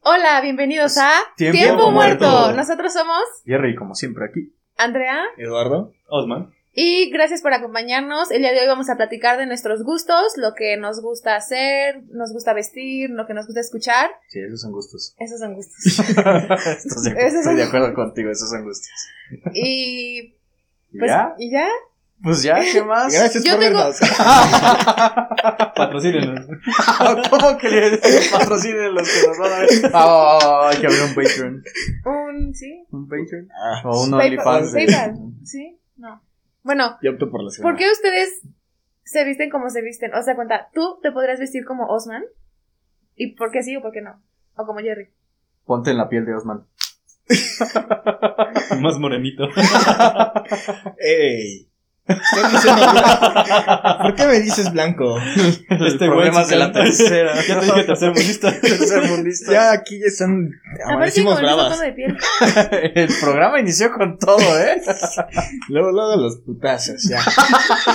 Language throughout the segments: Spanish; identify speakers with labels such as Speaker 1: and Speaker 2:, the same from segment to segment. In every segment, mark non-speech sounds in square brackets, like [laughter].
Speaker 1: Hola, bienvenidos a
Speaker 2: Tiempo
Speaker 1: Muerto.
Speaker 2: Muerto.
Speaker 1: Nosotros somos
Speaker 2: Jerry, como siempre, aquí.
Speaker 1: Andrea
Speaker 2: Eduardo. Osman.
Speaker 1: y gracias por acompañarnos. El día de hoy vamos a platicar de nuestros gustos, lo que nos gusta hacer, nos gusta vestir, lo que nos gusta escuchar.
Speaker 2: Sí, esos son [laughs] gustos.
Speaker 1: Esos son gustos.
Speaker 2: Estás de-
Speaker 1: Esos son-
Speaker 2: Estoy de acuerdo contigo, esos son gustos.
Speaker 1: Y
Speaker 2: ¿Y
Speaker 1: pues,
Speaker 2: ¿Ya?
Speaker 1: ¿y ya?
Speaker 2: Pues ya, [laughs] ¿qué más?
Speaker 3: Gracias
Speaker 1: Yo
Speaker 3: por
Speaker 1: tengo-
Speaker 3: vernos.
Speaker 4: Patrocínenos.
Speaker 2: [laughs] ¿Cómo que le patrocinen los que nos van a ver? Ah, hay que abrir [laughs] un Patreon.
Speaker 1: Un, sí,
Speaker 2: ¿Un Patreon?
Speaker 3: Ah,
Speaker 2: O un
Speaker 1: Paypal-
Speaker 2: OnlyFans. eh. de-
Speaker 1: PayPal. sí, no. Bueno,
Speaker 3: yo opto por la segunda.
Speaker 1: ¿por qué ustedes se visten como se visten? O sea, cuenta, ¿tú te podrías vestir como Osman? ¿Y por qué sí o por qué no? O como Jerry.
Speaker 2: Ponte en la piel de Osman.
Speaker 4: [laughs] Más morenito.
Speaker 3: [laughs] ¡Ey! Estás diciendo blanco. ¿Por qué me dices blanco?
Speaker 4: Este güey.
Speaker 2: problema
Speaker 4: sí
Speaker 2: de la
Speaker 4: se-
Speaker 2: tercera.
Speaker 4: Ya te dije tercer
Speaker 2: [laughs]
Speaker 4: mundista.
Speaker 2: Tercermundista.
Speaker 3: Ya aquí ya están.
Speaker 1: Aparte con
Speaker 3: Amanecimos
Speaker 1: el mismo tono
Speaker 3: bravas.
Speaker 1: de
Speaker 2: [laughs]
Speaker 1: piel.
Speaker 2: El programa inició con todo, ¿eh?
Speaker 3: Luego, luego los putazos, ya.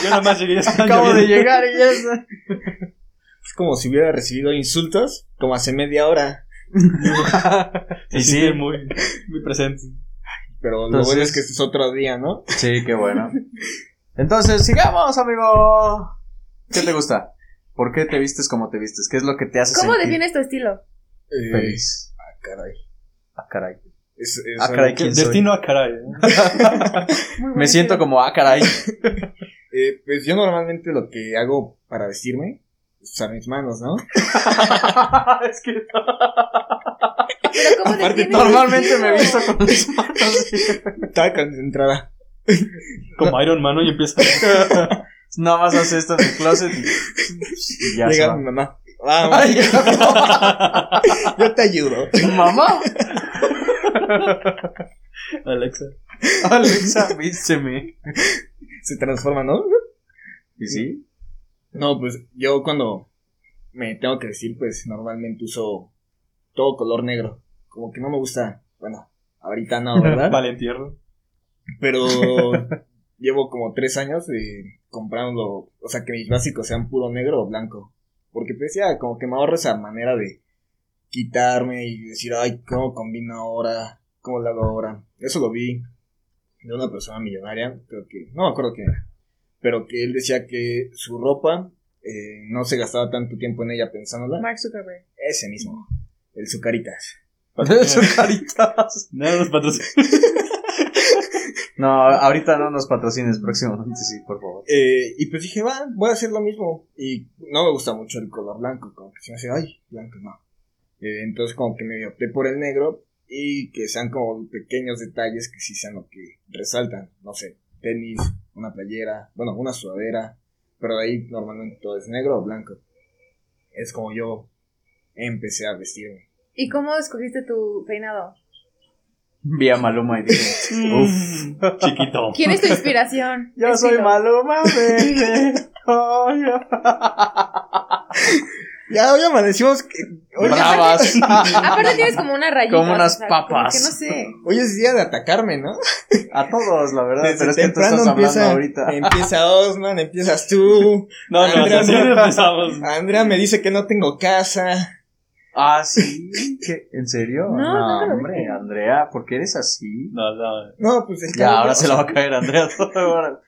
Speaker 4: Yo nada más llegué ya estaba
Speaker 2: Acabo de
Speaker 4: lloviendo.
Speaker 2: llegar y ya está.
Speaker 3: Es como si hubiera recibido insultos, como hace media hora.
Speaker 2: Y
Speaker 4: Sí,
Speaker 2: sí.
Speaker 4: muy, muy presente.
Speaker 3: Pero lo
Speaker 2: Entonces-
Speaker 3: bueno es que este es otro día, ¿no?
Speaker 2: Sí, qué bueno. [laughs] Entonces, sigamos, amigo. ¿Qué te gusta? ¿Por qué te vistes como te vistes? ¿Qué es lo que te hace
Speaker 1: ¿Cómo
Speaker 2: sentir
Speaker 1: defines tu estilo?
Speaker 3: Eh,
Speaker 2: feliz?
Speaker 3: Ah, caray.
Speaker 2: Ah, caray.
Speaker 3: Es, es
Speaker 2: Ah,
Speaker 3: algo
Speaker 2: caray,
Speaker 3: que-
Speaker 2: ¿quién soy?
Speaker 4: Destino a caray. ¿eh?
Speaker 1: Muy buen
Speaker 2: [laughs] Me siento
Speaker 1: estilo.
Speaker 2: como, ah, caray.
Speaker 3: eh, pues yo normalmente lo que hago para vestirme es usar mis manos, ¿no?
Speaker 2: [laughs]
Speaker 3: [laughs]
Speaker 2: es que
Speaker 1: Pero
Speaker 2: [laughs]
Speaker 1: ¿cómo
Speaker 3: Aparte,
Speaker 1: defines tu [laughs]
Speaker 2: normalmente
Speaker 1: estilo?
Speaker 2: me visto con mis manos.
Speaker 3: Estaba concentrada.
Speaker 4: Como Iron Man ¿no? y empieza.
Speaker 2: [laughs] Nada más hace esto en el closet y, y ya se
Speaker 3: Llega
Speaker 2: va.
Speaker 3: mi mamá. Vamos,
Speaker 2: [laughs] Ay, [laughs]
Speaker 3: [laughs] yo te ayudo.
Speaker 2: mamá,
Speaker 4: [laughs] Alexa.
Speaker 2: Alexa, vísteme.
Speaker 3: Se transforma, ¿no?
Speaker 2: ¿Y sí?
Speaker 3: No, pues yo cuando me tengo que decir, pues normalmente uso todo color negro. Como que no me gusta, bueno, ahorita [laughs] no, ¿verdad?
Speaker 4: Ah, Vale, entierro.
Speaker 3: Pero llevo como tres años eh, comprando, o sea, que mis básicos sean puro negro o blanco. Porque pues ya, como que me ahorro esa manera de quitarme y decir, ay, ¿cómo combino ahora? ¿Cómo lo hago ahora? Eso lo vi de una persona millonaria, creo que, no me acuerdo quién era, pero que él decía que su ropa eh, no se gastaba tanto tiempo en ella pensándola.
Speaker 1: Mark Zuckerberg.
Speaker 3: Ese mismo, el Zucaritas.
Speaker 2: Sus caritas.
Speaker 4: [laughs] Nada más patrocina.
Speaker 2: [laughs] No, ahorita no nos patrocines próximamente, sí, por favor.
Speaker 3: Eh, y pues dije, va, voy a hacer lo mismo. Y no me gusta mucho el color blanco, como que se me hace, ay, blanco no. Eh, entonces como que me opté por el negro y que sean como pequeños detalles que sí sean lo que resaltan. No sé, tenis, una playera, bueno, una sudadera. Pero de ahí normalmente todo es negro o blanco. Es como yo empecé a vestirme.
Speaker 1: ¿Y cómo escogiste tu peinado?
Speaker 2: Vi a Maluma y dije,
Speaker 4: Uf. Mm. Chiquito.
Speaker 1: ¿Quién
Speaker 2: [laughs]
Speaker 1: es tu inspiración?
Speaker 2: yo soy
Speaker 1: Estilo.
Speaker 2: Maluma, baby. Oh, yo-
Speaker 3: Ya hoy amanecimos, que- hoy,
Speaker 2: Bravas.
Speaker 1: Aparte tienes como una rayita.
Speaker 2: Como unas
Speaker 1: Como
Speaker 2: papas.
Speaker 1: que no sé.
Speaker 3: hoy es día de atacarme, ¿no?
Speaker 2: [laughs] A todos, la verdad,
Speaker 3: Desde
Speaker 2: pero es que tú estás
Speaker 3: temprano
Speaker 2: hablando
Speaker 3: empieza,
Speaker 2: ahorita.
Speaker 3: empieza Osman, empiezas tú.
Speaker 4: No, no,
Speaker 3: Andrea,
Speaker 4: así
Speaker 3: no.
Speaker 4: empezamos.
Speaker 3: Andrea me dice que no tengo casa.
Speaker 2: [laughs] Ah, sí. ¿Qué? ¿En serio?
Speaker 1: No, no me lo
Speaker 2: hombre,
Speaker 1: dije.
Speaker 2: Andrea, ¿por qué eres así?
Speaker 4: No, no.
Speaker 3: No, pues el
Speaker 2: Ya, ahora
Speaker 3: cabello,
Speaker 2: se la va a caer Andrea [laughs] todo ahora.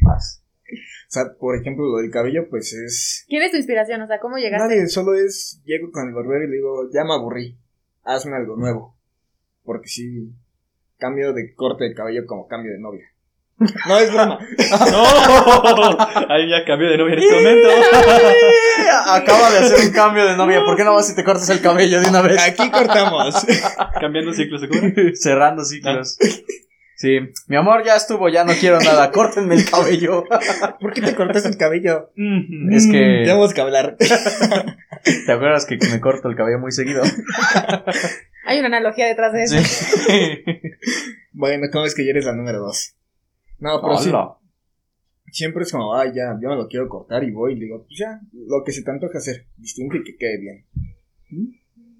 Speaker 2: Vas.
Speaker 3: O sea, por ejemplo, lo del cabello, pues es.
Speaker 1: ¿Quién es tu inspiración? O sea, ¿cómo llegaste?
Speaker 3: Nadie, solo es. Llego con el barbero y le digo, ya me aburrí. Hazme algo nuevo. Porque si cambio de corte de cabello como cambio de novia. No es broma.
Speaker 4: ¡No! Ahí ya cambió de novia en este momento.
Speaker 2: [laughs] Acaba de hacer un cambio de novia. ¿Por qué no vas y te cortas el cabello de una vez? [laughs]
Speaker 3: Aquí cortamos.
Speaker 4: Ah, Cambiando ciclos, ¿se acuerdan?
Speaker 2: Cerrando ciclos. Sí, mi amor, ya estuvo, ya no quiero nada. Córtenme el cabello.
Speaker 3: ¿Por qué te cortas el cabello?
Speaker 4: Mm.
Speaker 2: Es
Speaker 3: Mm,
Speaker 2: que-
Speaker 3: Tenemos que hablar.
Speaker 2: ¿Te acuerdas que me corto el cabello
Speaker 1: [laughs]
Speaker 2: muy seguido?
Speaker 1: Hay una analogía detrás de eso.
Speaker 2: Sí.
Speaker 3: Bueno, ¿cómo es que ya eres la número dos? No, pero sí.
Speaker 2: Hola.
Speaker 3: siempre es como, ay, ya, yo me lo quiero cortar y voy y digo, pues ya, lo que se te antoja hacer, distinto y que quede bien.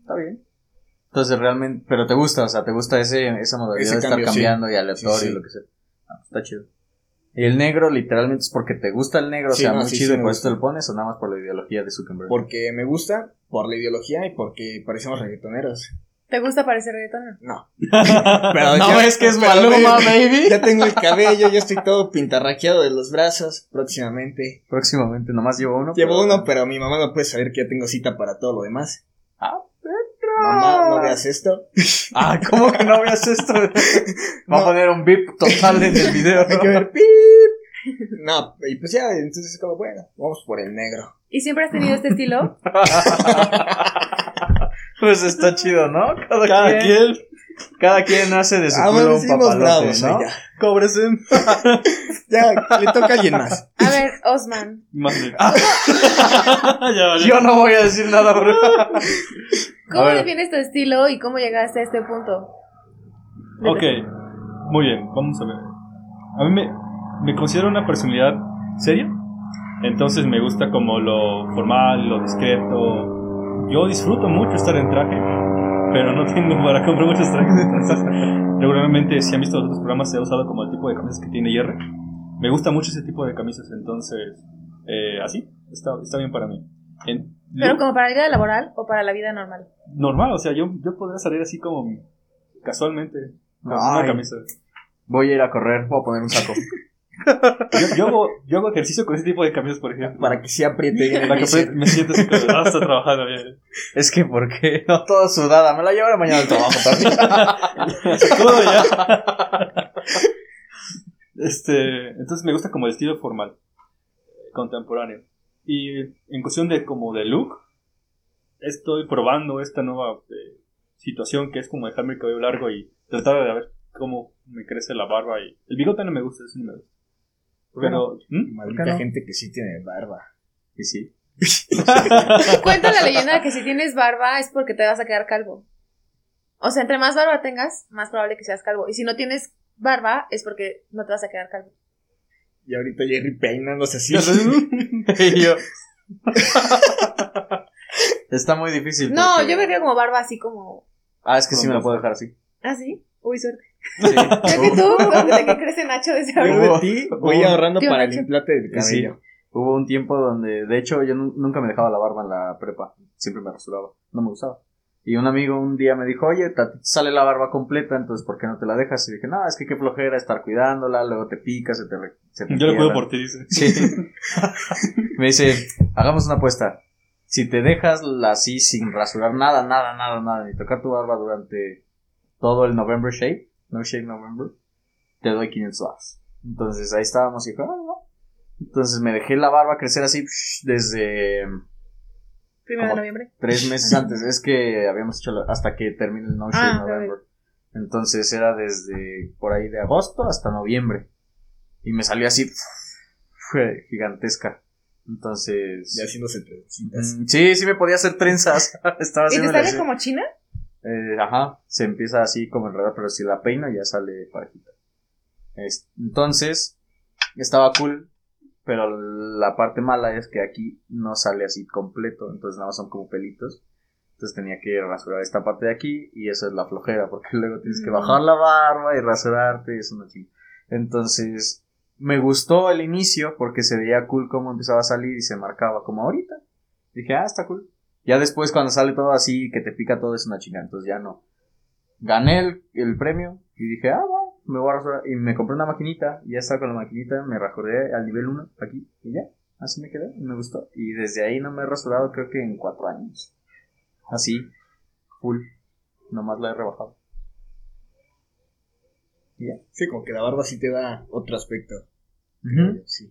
Speaker 2: Está bien. Entonces realmente, pero te gusta, o sea, te gusta ese, esa modalidad
Speaker 3: Ese
Speaker 2: de estar
Speaker 3: cambio, sí.
Speaker 2: cambiando y aleatorio
Speaker 3: Sí, sí.
Speaker 2: y lo que sea. Ah, está chido. Y el negro literalmente es porque te gusta el negro,
Speaker 3: Sí,
Speaker 2: o sea,
Speaker 3: no,
Speaker 2: muy
Speaker 3: sí,
Speaker 2: chido
Speaker 3: sí
Speaker 2: y
Speaker 3: me
Speaker 2: por eso te
Speaker 3: gusta.
Speaker 2: lo pones o nada más por la ideología de Zuckerberg.
Speaker 3: Porque me gusta, por la ideología y porque parecemos reggaetoneros.
Speaker 1: ¿Te gusta parecer reggaetón?
Speaker 3: No.
Speaker 2: [laughs] Pero no
Speaker 3: ya-
Speaker 2: ves que es
Speaker 3: pero
Speaker 2: Maluma,
Speaker 3: ves-
Speaker 2: baby.
Speaker 3: Ya tengo el cabello, ya estoy todo pintarraqueado de los brazos próximamente.
Speaker 2: Próximamente, nomás llevo uno.
Speaker 3: Llevo
Speaker 2: pero-
Speaker 3: uno, pero mi mamá no puede saber que ya tengo cita para todo lo demás.
Speaker 2: Ah,
Speaker 3: Mamá, no veas esto.
Speaker 2: Ah, ¿cómo que no veas
Speaker 3: [laughs]
Speaker 2: esto? Va a
Speaker 3: No.
Speaker 2: poner un beep total en el video.
Speaker 3: Hay que ver, ¡pip! No, y pues ya, entonces como, bueno, vamos por el negro.
Speaker 1: ¿Y siempre has tenido este
Speaker 2: [laughs]
Speaker 1: estilo?
Speaker 2: [laughs] Pues está chido, ¿no? Cada,
Speaker 4: Cada
Speaker 2: quien,
Speaker 4: quien
Speaker 2: cada quien hace de su
Speaker 3: Ah,
Speaker 2: culo
Speaker 3: bueno,
Speaker 2: un
Speaker 3: hicimos
Speaker 2: papalote,
Speaker 3: bravos,
Speaker 2: ¿no?
Speaker 3: ay, ya. Ya, le toca a alguien más.
Speaker 1: [laughs] A ver, Osman.
Speaker 4: Mande. [laughs] ya valió.
Speaker 2: Ah. Yo no voy a decir nada, bro.
Speaker 1: ¿Cómo
Speaker 2: A ver.
Speaker 1: defines tu estilo y cómo llegaste a este punto?
Speaker 4: Ok, muy bien, vamos a ver. A mí me, me considero una personalidad seria, entonces me gusta como lo formal, lo discreto. Yo disfruto mucho estar en traje, pero no tengo para comprar muchos trajes, entonces [laughs] regularmente si han visto los otros programas he usado como el tipo de camisas que tiene IR. Me gusta mucho ese tipo de camisas, entonces eh, así está, está bien para mí. En-
Speaker 1: ¿Pero como para la vida laboral o para la vida normal?
Speaker 4: normal, o sea, yo, yo podría salir así como casualmente con una
Speaker 2: Ay.
Speaker 4: camisa.
Speaker 2: Voy a ir a correr, voy a poner un saco. [laughs]
Speaker 4: Yo, yo hago, yo hago ejercicio con ese tipo de camisas, por ejemplo.
Speaker 3: Para que se apriete bien el
Speaker 4: Para que
Speaker 3: bíceps.
Speaker 4: me siento así como, ah, está trabajando bien.
Speaker 2: Es que, ¿por qué? [laughs] No, toda sudada. Me la llevaré mañana al trabajo
Speaker 4: [laughs]
Speaker 2: también.
Speaker 4: Sacudo ya. [laughs] Este, entonces me gusta como el estilo formal, contemporáneo. Y en cuestión de como de look, estoy probando esta nueva eh, situación que es como dejarme el cabello largo y tratar de ver cómo me crece la barba y el bigote no me gusta, eso no me gusta. Pero, ¿hmm?
Speaker 3: Maldita
Speaker 2: ¿Por qué no?
Speaker 3: gente que sí tiene barba.
Speaker 2: Y sí.
Speaker 1: [laughs] Cuenta la leyenda que si tienes barba es porque te vas a quedar calvo. O sea, entre más barba tengas, más probable que seas calvo. Y si no tienes barba es porque no te vas a quedar calvo.
Speaker 3: Y ahorita Jerry peinándose así.
Speaker 2: [laughs] Y
Speaker 4: [laughs]
Speaker 2: yo. Está muy difícil.
Speaker 1: No,
Speaker 2: porque-
Speaker 1: yo me veo como barba así como...
Speaker 2: Ah, es que sí me la puedo dejar así.
Speaker 1: ¿Así? Uy, suerte.
Speaker 2: [laughs] Sí.
Speaker 1: Creo que tú, desde que crece Nacho desde
Speaker 3: Yo
Speaker 1: ahorita.
Speaker 3: de [laughs] ti voy ahorrando
Speaker 1: Tío
Speaker 3: para el
Speaker 1: Nacho.
Speaker 3: implante del
Speaker 2: Sí, sí.
Speaker 3: cabello.
Speaker 2: Hubo un tiempo donde, de hecho, yo nu- nunca me dejaba la barba en la prepa. Siempre me rasuraba. No me gustaba. Y un amigo un día me dijo, oye, ta- sale la barba completa, entonces ¿por qué no te la dejas? Y dije, no, es que qué flojera estar cuidándola, luego te pica, se te... re- se te
Speaker 4: Yo lo
Speaker 2: quiebra".
Speaker 4: cuido por ti, dice.
Speaker 2: Sí. [laughs] me dice, hagamos una apuesta. Si te dejas la así sin rasurar nada, nada, nada, nada, ni tocar tu barba durante todo el November Shape, No Shape November, te doy 500 dólares. Entonces ahí estábamos y dije, "Ah, va". Entonces me dejé la barba crecer así psh, desde mm,
Speaker 1: Primero de
Speaker 2: ¿Cómo?
Speaker 1: noviembre. [laughs]
Speaker 2: tres meses antes. Es que habíamos hecho la- hasta que termine el No Shave
Speaker 1: Ah,
Speaker 2: November. Entonces era desde por ahí de agosto hasta noviembre. Y me salió así fue gigantesca. Entonces.
Speaker 3: Y haciéndose trencitas.
Speaker 2: mm, Sí, sí me podía hacer trenzas. [laughs] Estaba
Speaker 1: ¿Y te
Speaker 2: haciendo
Speaker 1: sale como china?
Speaker 2: Eh, ajá, se empieza así como enredar, pero si la peino ya sale parejita. Es- entonces, estaba cool, pero la parte mala es que aquí no sale así completo, entonces nada más son como pelitos. Entonces tenía que rasurar esta parte de aquí y esa es la flojera, porque [laughs] luego tienes que
Speaker 1: Mm.
Speaker 2: bajar la barba y rasurarte y eso no chinga. Entonces, me gustó el inicio porque se veía cool cómo empezaba a salir y se marcaba como ahorita. Dije, ah, está cool. Ya después cuando sale todo así, que te pica todo, es una chingada, entonces ya no. Gané el, el premio y dije, ah, va, me voy a rasurar. Y me compré una maquinita, y ya estaba con la maquinita, me rasuré al nivel 1, aquí, y ya. Así me quedé, y me gustó. Y desde ahí no me he rasurado creo que en cuatro años. Así, full. Nomás la he rebajado.
Speaker 3: Sí, como que la barba sí te da otro aspecto.
Speaker 2: ¿Mm?
Speaker 3: Sí.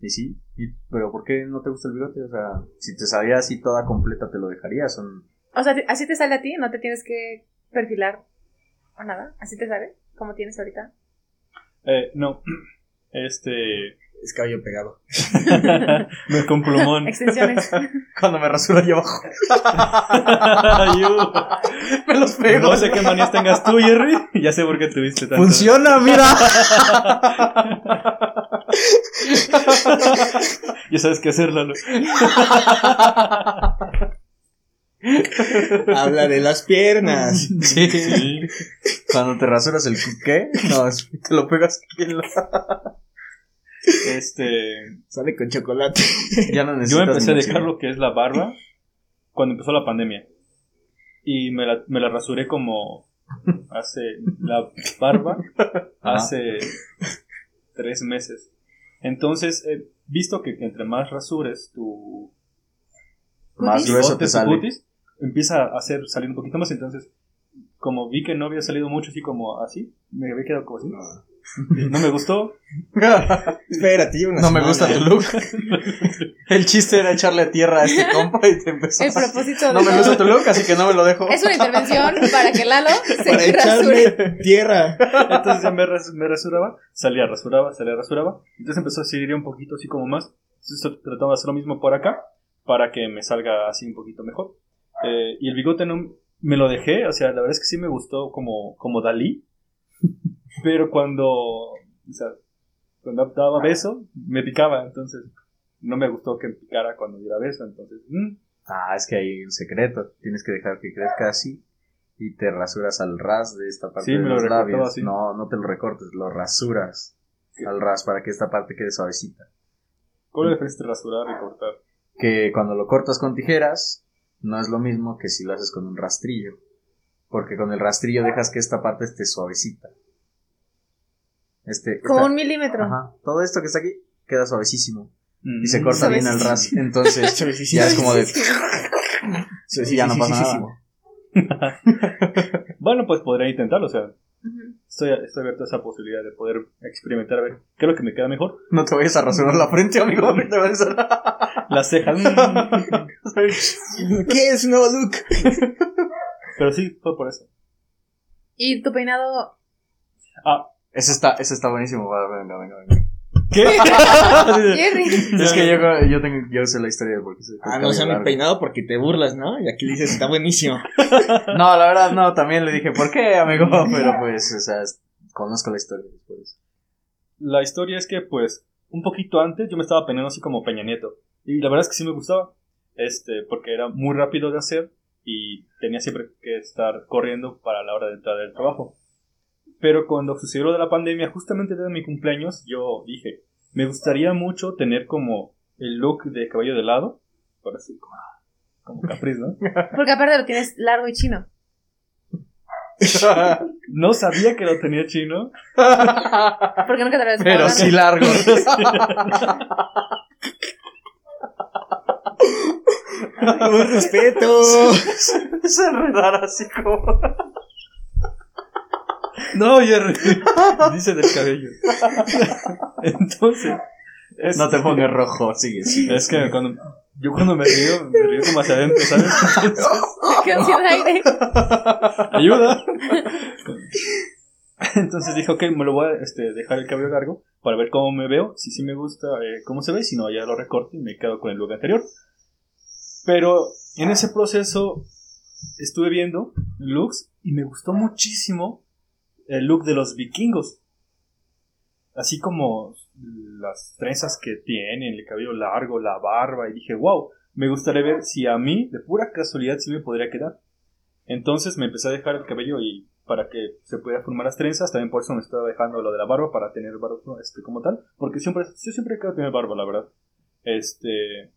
Speaker 2: Y sí, y- pero ¿por qué no te gusta el bigote? O sea, si te salía así toda completa, te lo dejarías. o-
Speaker 1: O sea, así te sale a ti, no te tienes que perfilar o nada. Así te sale, como tienes ahorita.
Speaker 4: Eh, no, este,
Speaker 3: Es cabello pegado.
Speaker 4: me
Speaker 1: [laughs]
Speaker 4: con [laughs]
Speaker 2: [laughs]
Speaker 4: plumón.
Speaker 1: Extensiones.
Speaker 2: [laughs] Cuando me rasuro yo abajo,
Speaker 4: Ayú.
Speaker 2: [laughs] me los pego.
Speaker 4: No sé qué manías tengas tú, Jerry. [laughs] Ya sé por qué tuviste
Speaker 2: [laughs]
Speaker 4: tanto.
Speaker 2: Funciona, mira.
Speaker 4: Ya sabes qué hacer, Lalo.
Speaker 3: [laughs] Habla de
Speaker 2: [laughs]
Speaker 3: las piernas.
Speaker 2: Sí.
Speaker 4: Sí.
Speaker 2: Cuando te rasuras el cu- ¿qué? No, es- te lo pegas aquí en la...
Speaker 4: Este,
Speaker 3: Sale con chocolate.
Speaker 2: Ya no
Speaker 4: yo
Speaker 2: necesitas
Speaker 4: empecé a
Speaker 2: ni
Speaker 4: dejar
Speaker 2: mochila.
Speaker 4: lo que es la barba cuando empezó la pandemia. Y me la, me la rasuré como hace la barba
Speaker 2: Ajá.
Speaker 4: hace tres meses. Entonces, he visto que entre más rasures tu
Speaker 2: Más
Speaker 1: Cutis.
Speaker 2: grueso te
Speaker 4: bigote, tu
Speaker 2: sale.
Speaker 4: cutis, empieza a hacer salir un poquito más. Entonces, como vi que no había salido mucho así como así, me había quedado como así. No me gustó.
Speaker 3: Espérate, lleva una
Speaker 2: No me
Speaker 3: semana. ¿eh?
Speaker 2: gusta tu
Speaker 4: [laughs]
Speaker 2: look. El chiste era echarle tierra
Speaker 1: [laughs]
Speaker 2: a este compa y te empezó.
Speaker 1: El propósito de
Speaker 2: No me
Speaker 1: todo-
Speaker 2: gusta tu look, así que no me lo dejo. [laughs]
Speaker 1: Es una intervención para que Lalo
Speaker 3: Para
Speaker 1: se rasure.
Speaker 3: echarme [laughs] tierra.
Speaker 4: Entonces ya me, ras- me rasuraba, salía, rasuraba, salía, rasuraba. Entonces empezó a seguir un poquito así como más. Entonces estoy tratando de hacer lo mismo por acá para que me salga así un poquito mejor. Eh, y el bigote no me lo dejé, o sea, la verdad es que sí me gustó como, como Dalí. Pero cuando, o sea, cuando daba beso, me picaba, entonces no me gustó que me picara cuando diera beso, entonces... mm.
Speaker 2: Ah, es que hay un secreto. Tienes que dejar que crezca así y te rasuras al ras de esta parte
Speaker 4: Sí,
Speaker 2: de
Speaker 4: me lo
Speaker 2: los
Speaker 4: recortaba
Speaker 2: labios.
Speaker 4: así.
Speaker 2: No, no te lo recortes, lo rasuras
Speaker 4: ¿Qué?
Speaker 2: al ras para que esta parte quede suavecita.
Speaker 4: ¿Cuál es la diferencia entre rasurar y cortar?
Speaker 2: Que cuando lo cortas con tijeras no es lo mismo que si lo haces con un rastrillo. Porque con el rastrillo dejas que esta parte esté suavecita. Este,
Speaker 1: Como
Speaker 2: esta-
Speaker 1: un milímetro.
Speaker 2: ajá, todo esto que está aquí queda suavecísimo y se
Speaker 4: Mm.
Speaker 2: corta bien al ras. Entonces ya es como [laughs] de
Speaker 3: Sí,
Speaker 2: ya
Speaker 3: sí,
Speaker 2: no
Speaker 3: sí,
Speaker 2: pasa
Speaker 3: sí,
Speaker 2: nada.
Speaker 3: sí.
Speaker 4: [laughs] Bueno, pues podría intentarlo, o sea,
Speaker 1: Ujú.
Speaker 4: Estoy, estoy abierto a esa posibilidad de poder experimentar a ver qué es lo que me queda mejor.
Speaker 2: No te vayas a rasurar la frente, amigo. no te vayas a-
Speaker 3: [laughs]
Speaker 4: Las cejas. mm.
Speaker 3: ¿Qué es un nuevo look?
Speaker 4: Pero sí, fue por eso.
Speaker 1: Y tu
Speaker 4: [laughs]
Speaker 1: peinado.
Speaker 2: Ese está, ese está buenísimo. va, Venga, venga, [laughs] venga.
Speaker 4: ¿Qué?
Speaker 1: Jerry.
Speaker 2: Es que yo, yo, tengo, yo sé la historia de por qué se
Speaker 3: Ah, no, o sea, mi peinado porque te burlas, ¿no? Y aquí dices, está [laughs] buenísimo.
Speaker 2: No, la verdad, no. También le dije, ¿por qué, [laughs] amigo? Pero pues, o sea, es- conozco la historia pues, después.
Speaker 4: [laughs] La historia es que, pues, un poquito antes yo me estaba peinando así como Peña Nieto. Y la verdad es que sí me gustaba. Este, porque era muy rápido de hacer y tenía siempre que estar corriendo para la hora de entrar del trabajo. Pero cuando sucedió lo de la pandemia, justamente desde mi cumpleaños, yo dije, me gustaría mucho tener como el look de caballo de lado. Ahora sí, como, como capriz, ¿no?
Speaker 1: Porque aparte lo tienes largo y chino.
Speaker 4: No sabía que lo tenía chino.
Speaker 1: Porque nunca te lo habías
Speaker 2: Pero
Speaker 1: probado [laughs]
Speaker 2: sí
Speaker 3: [laughs]
Speaker 2: largo.
Speaker 3: Un respeto.
Speaker 2: [laughs] Se enredar así como.
Speaker 4: No, Jerry. [laughs] Dice del cabello. [laughs] Entonces. Es,
Speaker 2: No te pongas rojo, sigue, sigue.
Speaker 4: es que cuando. Yo cuando me río, me río como hacia adentro, ¿sabes?
Speaker 2: [laughs]
Speaker 1: Que no tiene aire.
Speaker 4: Ayuda. [laughs] Entonces dije, ok, me lo voy a este, dejar el cabello largo para ver cómo me veo, si sí me gusta eh, cómo se ve, si no, ya lo recorto y me quedo con el look anterior. Pero en ese proceso estuve viendo looks y me gustó muchísimo el look de los vikingos. Así como las trenzas que tienen, el cabello largo, la barba, y dije, wow, me gustaría ver si a mí, de pura casualidad, sí me podría quedar. Entonces me empecé a dejar el cabello y para que se pudiera formar las trenzas, también por eso me estaba dejando lo de la barba para tener barba este, como tal, porque siempre, yo siempre quiero tener barba, la verdad. Este,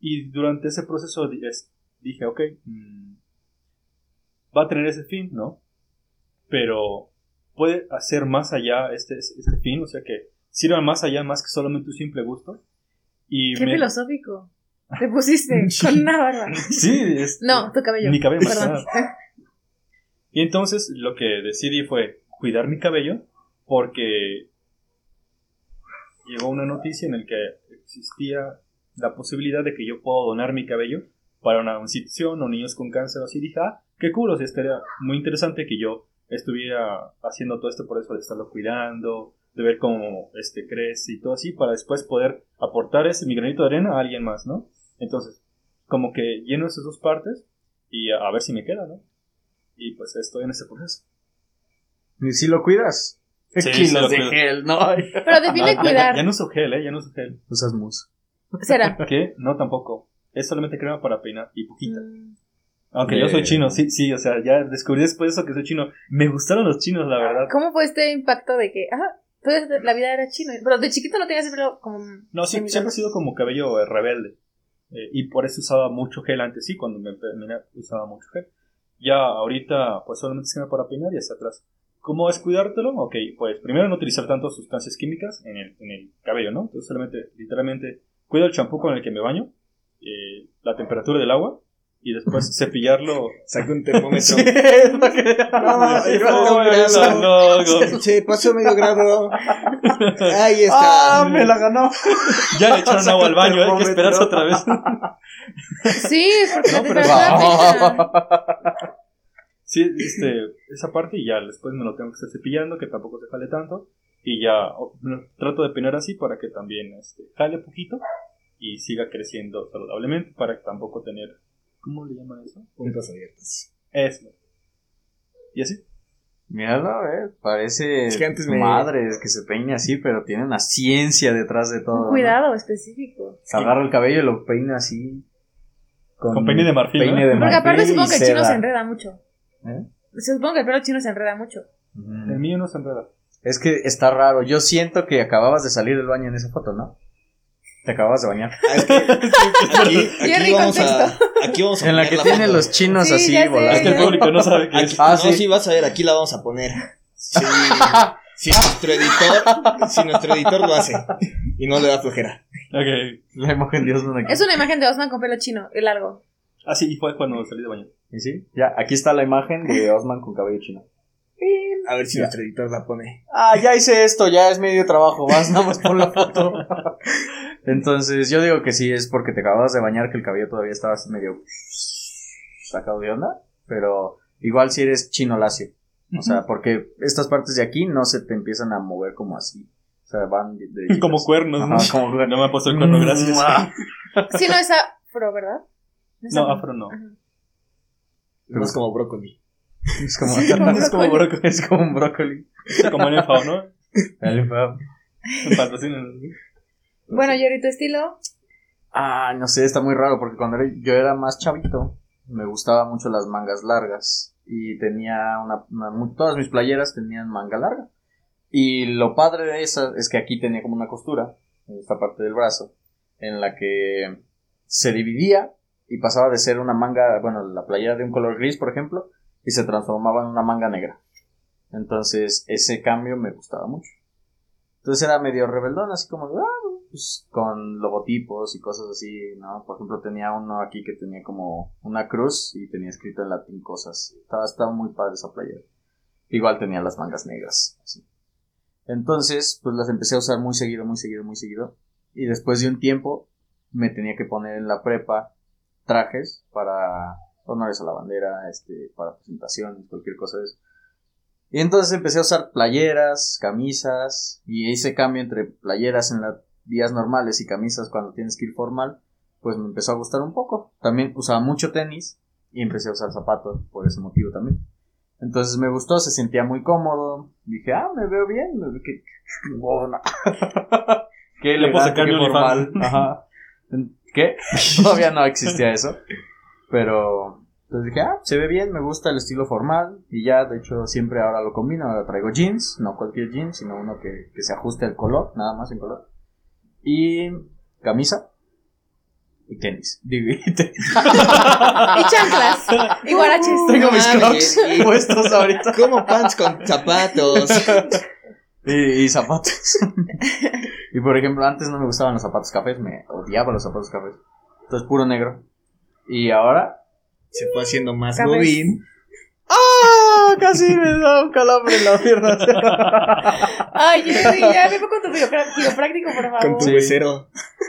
Speaker 4: y durante ese proceso di- es- dije, ok, mm, va a tener ese fin, ¿no? Pero puede hacer más allá este, este fin, o sea que sirva más allá más que solamente un simple gusto. [laughs] Y
Speaker 1: Qué
Speaker 4: me-
Speaker 1: filosófico. Te pusiste con una barba.
Speaker 4: [laughs] Sí, es-
Speaker 1: No, tu cabello.
Speaker 4: mi cabello.
Speaker 1: Perdón.
Speaker 4: más que nada.
Speaker 1: [laughs]
Speaker 4: Y entonces lo que decidí fue cuidar mi cabello porque llegó una noticia en la que existía la posibilidad de que yo puedo donar mi cabello para una institución o niños con cáncer. Así dije, ah, qué cool, o sea, estaría muy interesante que yo estuviera haciendo todo este proceso de estarlo cuidando, de ver cómo este crece y todo así, para después poder aportar ese, mi granito de arena a alguien más, ¿no? Entonces, como que lleno esas dos partes y a, a ver si me queda, ¿no? Y pues estoy en ese proceso.
Speaker 2: ¿Y si lo cuidas?
Speaker 4: Sí, sí lo
Speaker 2: Kilos de
Speaker 4: cuido.
Speaker 2: gel, no.
Speaker 1: Pero
Speaker 4: [laughs]
Speaker 1: define
Speaker 4: No, Ah, ya-
Speaker 1: cuidar.
Speaker 4: Ya, no uso gel, ¿eh? Ya no uso gel.
Speaker 2: Usas mousse.
Speaker 1: Será.
Speaker 4: [laughs] ¿Qué? No, tampoco. Es solamente crema para peinar y poquita.
Speaker 1: Mm.
Speaker 4: Aunque
Speaker 2: De-
Speaker 4: yo soy chino, sí, sí, o sea, ya descubrí después eso que soy chino. Me gustaron los chinos, la verdad.
Speaker 1: ¿Cómo fue este impacto de que, ah, toda la vida era chino? Pero de chiquito no tenías el pelo como...
Speaker 4: No, sí,
Speaker 1: semi-
Speaker 4: siempre he sido como cabello eh, rebelde. Eh, y por eso usaba mucho gel antes, sí, cuando me peiné usaba mucho gel. Ya ahorita, pues solamente se me para peinar y hacia atrás. ¿Cómo es cuidártelo? Ok, pues primero no utilizar tantas sustancias químicas en el, en el cabello, ¿no? Entonces solamente, literalmente, cuido el champú con el que me baño, eh, la temperatura del agua y después cepillarlo. [laughs]
Speaker 3: Saca
Speaker 1: [laughs]
Speaker 3: un termómetro.
Speaker 2: es lo que-
Speaker 3: No,
Speaker 2: Ay,
Speaker 3: no,
Speaker 2: no,
Speaker 3: no,
Speaker 2: eso
Speaker 3: no. [laughs]
Speaker 4: No, no.
Speaker 3: che, pasó medio grado. Ahí está.
Speaker 2: Ah, me la ganó.
Speaker 4: Ya le echaron agua al baño, hay que
Speaker 2: Termómetro.
Speaker 4: esperarse otra vez.
Speaker 1: Sí, porque la
Speaker 4: No, pero-
Speaker 1: temperatura
Speaker 4: [laughs]
Speaker 1: afecta.
Speaker 4: Sí, este, esa parte y ya después me lo tengo que estar cepillando, que tampoco se jale tanto. Y ya o- no, trato de peinar así para que también este, jale poquito y siga creciendo saludablemente para tampoco tener. ¿Cómo le llaman eso?
Speaker 3: Puntas abiertas.
Speaker 4: Eso. Y así.
Speaker 2: Míralo, eh. Parece
Speaker 3: Es que antes me-
Speaker 2: madres que se peine así, pero tiene una ciencia detrás de todo.
Speaker 1: Un
Speaker 2: ¿no?
Speaker 1: cuidado específico.
Speaker 2: Se agarra el cabello y lo peina así.
Speaker 4: Con peine de marfil,
Speaker 2: peine
Speaker 4: ¿no?
Speaker 2: de
Speaker 1: Porque aparte
Speaker 2: marfil
Speaker 1: supongo
Speaker 2: y
Speaker 1: que el chino
Speaker 2: seda.
Speaker 1: se enreda mucho.
Speaker 2: ¿Eh?
Speaker 1: Supongo que el pelo chino se enreda mucho.
Speaker 2: Ujú.
Speaker 4: El mío no se enreda.
Speaker 2: Es que está raro. Yo siento que acababas de salir del baño en esa foto, ¿no? Te acababas de bañar.
Speaker 3: Ah, es [laughs] que aquí,
Speaker 1: Jerry,
Speaker 3: aquí, vamos a, aquí vamos
Speaker 2: [laughs]
Speaker 3: a
Speaker 2: En la
Speaker 3: poner
Speaker 2: que tiene
Speaker 3: foto.
Speaker 2: los chinos
Speaker 1: Sí, ya
Speaker 2: así
Speaker 1: sé,
Speaker 2: volando.
Speaker 4: Es que el público no sabe qué
Speaker 3: Aquí-
Speaker 2: [laughs]
Speaker 4: es.
Speaker 2: Ah,
Speaker 3: no,
Speaker 2: sí.
Speaker 3: sí. vas a ver, aquí la vamos
Speaker 2: [laughs]
Speaker 3: a poner. Sí. Si nuestro editor, si nuestro editor lo hace y no le da flojera.
Speaker 4: Ok.
Speaker 2: La imagen de Osman aquí.
Speaker 1: Es una imagen de Osman con pelo chino, el largo.
Speaker 4: Así y fue cuando salí de baño.
Speaker 2: ¿Y sí? Ya, aquí está la imagen de Osman con cabello chino.
Speaker 3: A ver si nuestro editor la pone.
Speaker 2: Ah, ya hice esto, ya es medio trabajo, vas nada más por la foto. [laughs] Entonces, yo digo que sí, es porque te acababas de bañar que el cabello todavía estaba así medio sacado de onda, pero igual si eres chino lacio. O sea, porque estas partes de aquí no se te empiezden a mover como así. O sea, van de... de-
Speaker 4: Como cuernos, ¿no?
Speaker 2: Ajá, como
Speaker 4: No me ha puesto el cuerno, gracias.
Speaker 1: Sí, no es afro, ¿verdad? es
Speaker 4: No, afro no.
Speaker 1: Ajá.
Speaker 3: No es como brócoli.
Speaker 2: Es como,
Speaker 1: Sí, como
Speaker 2: [laughs] es como brócoli. Es como un brócoli.
Speaker 4: Este, Como en el FAO, ¿no?
Speaker 2: Dale, pa.
Speaker 4: En patrocínanos.
Speaker 1: Bueno, Yori, tu estilo.
Speaker 2: Ah, no sé, está muy raro porque cuando era- yo era más chavito me gustaba mucho las mangas largas y tenía una, una- mu- todas mis playeras tenían manga larga y lo padre de esas es que aquí tenía como una costura en esta parte del brazo en la que se dividía y pasaba de ser una manga, bueno, la playera de un color gris, por ejemplo, y se transformaba en una manga negra. Entonces, ese cambio me gustaba mucho. Entonces era medio rebeldón, así como, de, ah, pues, con logotipos y cosas así, ¿no? Por ejemplo, tenía uno aquí que tenía como una cruz y tenía escrito en latín cosas. Estaba, estaba muy padre esa playera. Igual tenía las mangas negras. así. Entonces, pues las empecé a usar muy seguido, muy seguido, muy seguido. Y después de un tiempo, me tenía que poner en la prepa trajes para honores a la bandera, este, para presentaciones, cualquier cosa de eso. Y entonces empecé a usar playeras, camisas, y ese cambio entre playeras en los días normales y camisas cuando tienes que ir formal, pues me empezó a gustar un poco. También usaba mucho tenis y empecé a usar zapatos por ese motivo también. Entonces me gustó, se sentía muy cómodo. Dije, ah, me veo bien, me veo que... [laughs]
Speaker 4: [laughs]
Speaker 2: Bueno. Qué
Speaker 4: Le puedo
Speaker 2: elegante, qué
Speaker 4: sacar mi OnlyFans.
Speaker 2: formal.
Speaker 4: [laughs]
Speaker 2: Ajá. ¿Qué? [laughs] Todavía no existía eso. Pero pues dije, ah, se ve bien, me gusta el estilo formal. Y ya, de hecho, siempre ahora lo combino. Ahora traigo jeans, no cualquier jeans, sino uno que, que se ajuste al color, nada más en color. Y camisa. Y tenis. [laughs] Digo, y tenis.
Speaker 1: Y chanclas.
Speaker 3: [laughs]
Speaker 1: Y guaraches.
Speaker 2: Tengo mis
Speaker 3: mames,
Speaker 2: crocs
Speaker 3: Jerry.
Speaker 2: puestos ahorita.
Speaker 3: Como pants con zapatos.
Speaker 2: Y, y zapatos. [laughs] y por ejemplo, antes no me gustaban los zapatos cafés, me odiaba los zapatos cafés. Entonces, puro negro. Y ahora
Speaker 3: Se fue haciendo más
Speaker 1: Cafés.
Speaker 3: bobín.
Speaker 2: ¡Ah! Casi [laughs] me da un calambre en la pierna.
Speaker 1: Ay, Jerry, ya me con tu quiropr- quiropráctico, por favor.
Speaker 3: [laughs] Con tu
Speaker 2: Sí.
Speaker 3: becero.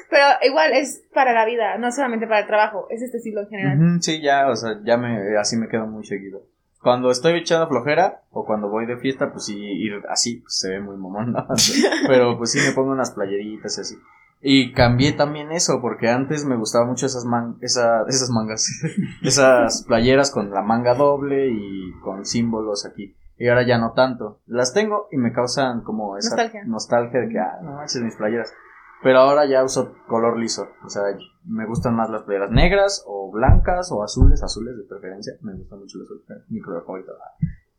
Speaker 1: Pero igual es para la vida, no solamente para el trabajo. Es este estilo en general.
Speaker 2: Ujú, sí, ya, o sea, ya me, así me quedo muy seguido. Cuando estoy echando flojera o cuando voy de fiesta, pues sí, ir así, pues se ve muy mamón, ¿no? [laughs] Pero pues sí me pongo unas playeritas y así. Y cambié también eso, porque antes me gustaba mucho esas, man esa- esas mangas, [laughs] esas playeras con la manga doble y con símbolos aquí. Y ahora ya no tanto. Las tengo y me causan como esa
Speaker 1: Nostalgia.
Speaker 2: nostalgia de que, ah, no manches, mis playeras. Pero ahora ya uso color liso. O sea, me gustan más las playeras negras o blancas o azules, azules de preferencia. Me gusta mucho el azul. Mi color favorito.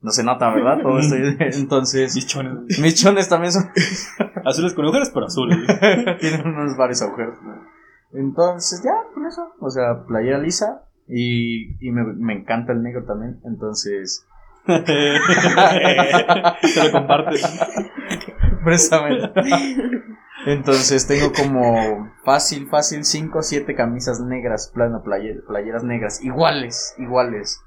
Speaker 2: No se nota, ¿verdad? Todo esto. Entonces,
Speaker 4: Mis chones, güey.
Speaker 2: mis chones también son [laughs]
Speaker 4: Azules con agujeros, pero azules. güey.
Speaker 2: Tienen unos varios agujeros. ¿no? Entonces, ya, con eso. O sea, playera lisa. Y, y me, me encanta el negro también. Entonces,
Speaker 4: Se lo comparten.
Speaker 2: precisamente. Entonces, tengo como fácil, fácil, 5 o 7 camisas negras, plano, player- playeras negras. Iguales, iguales.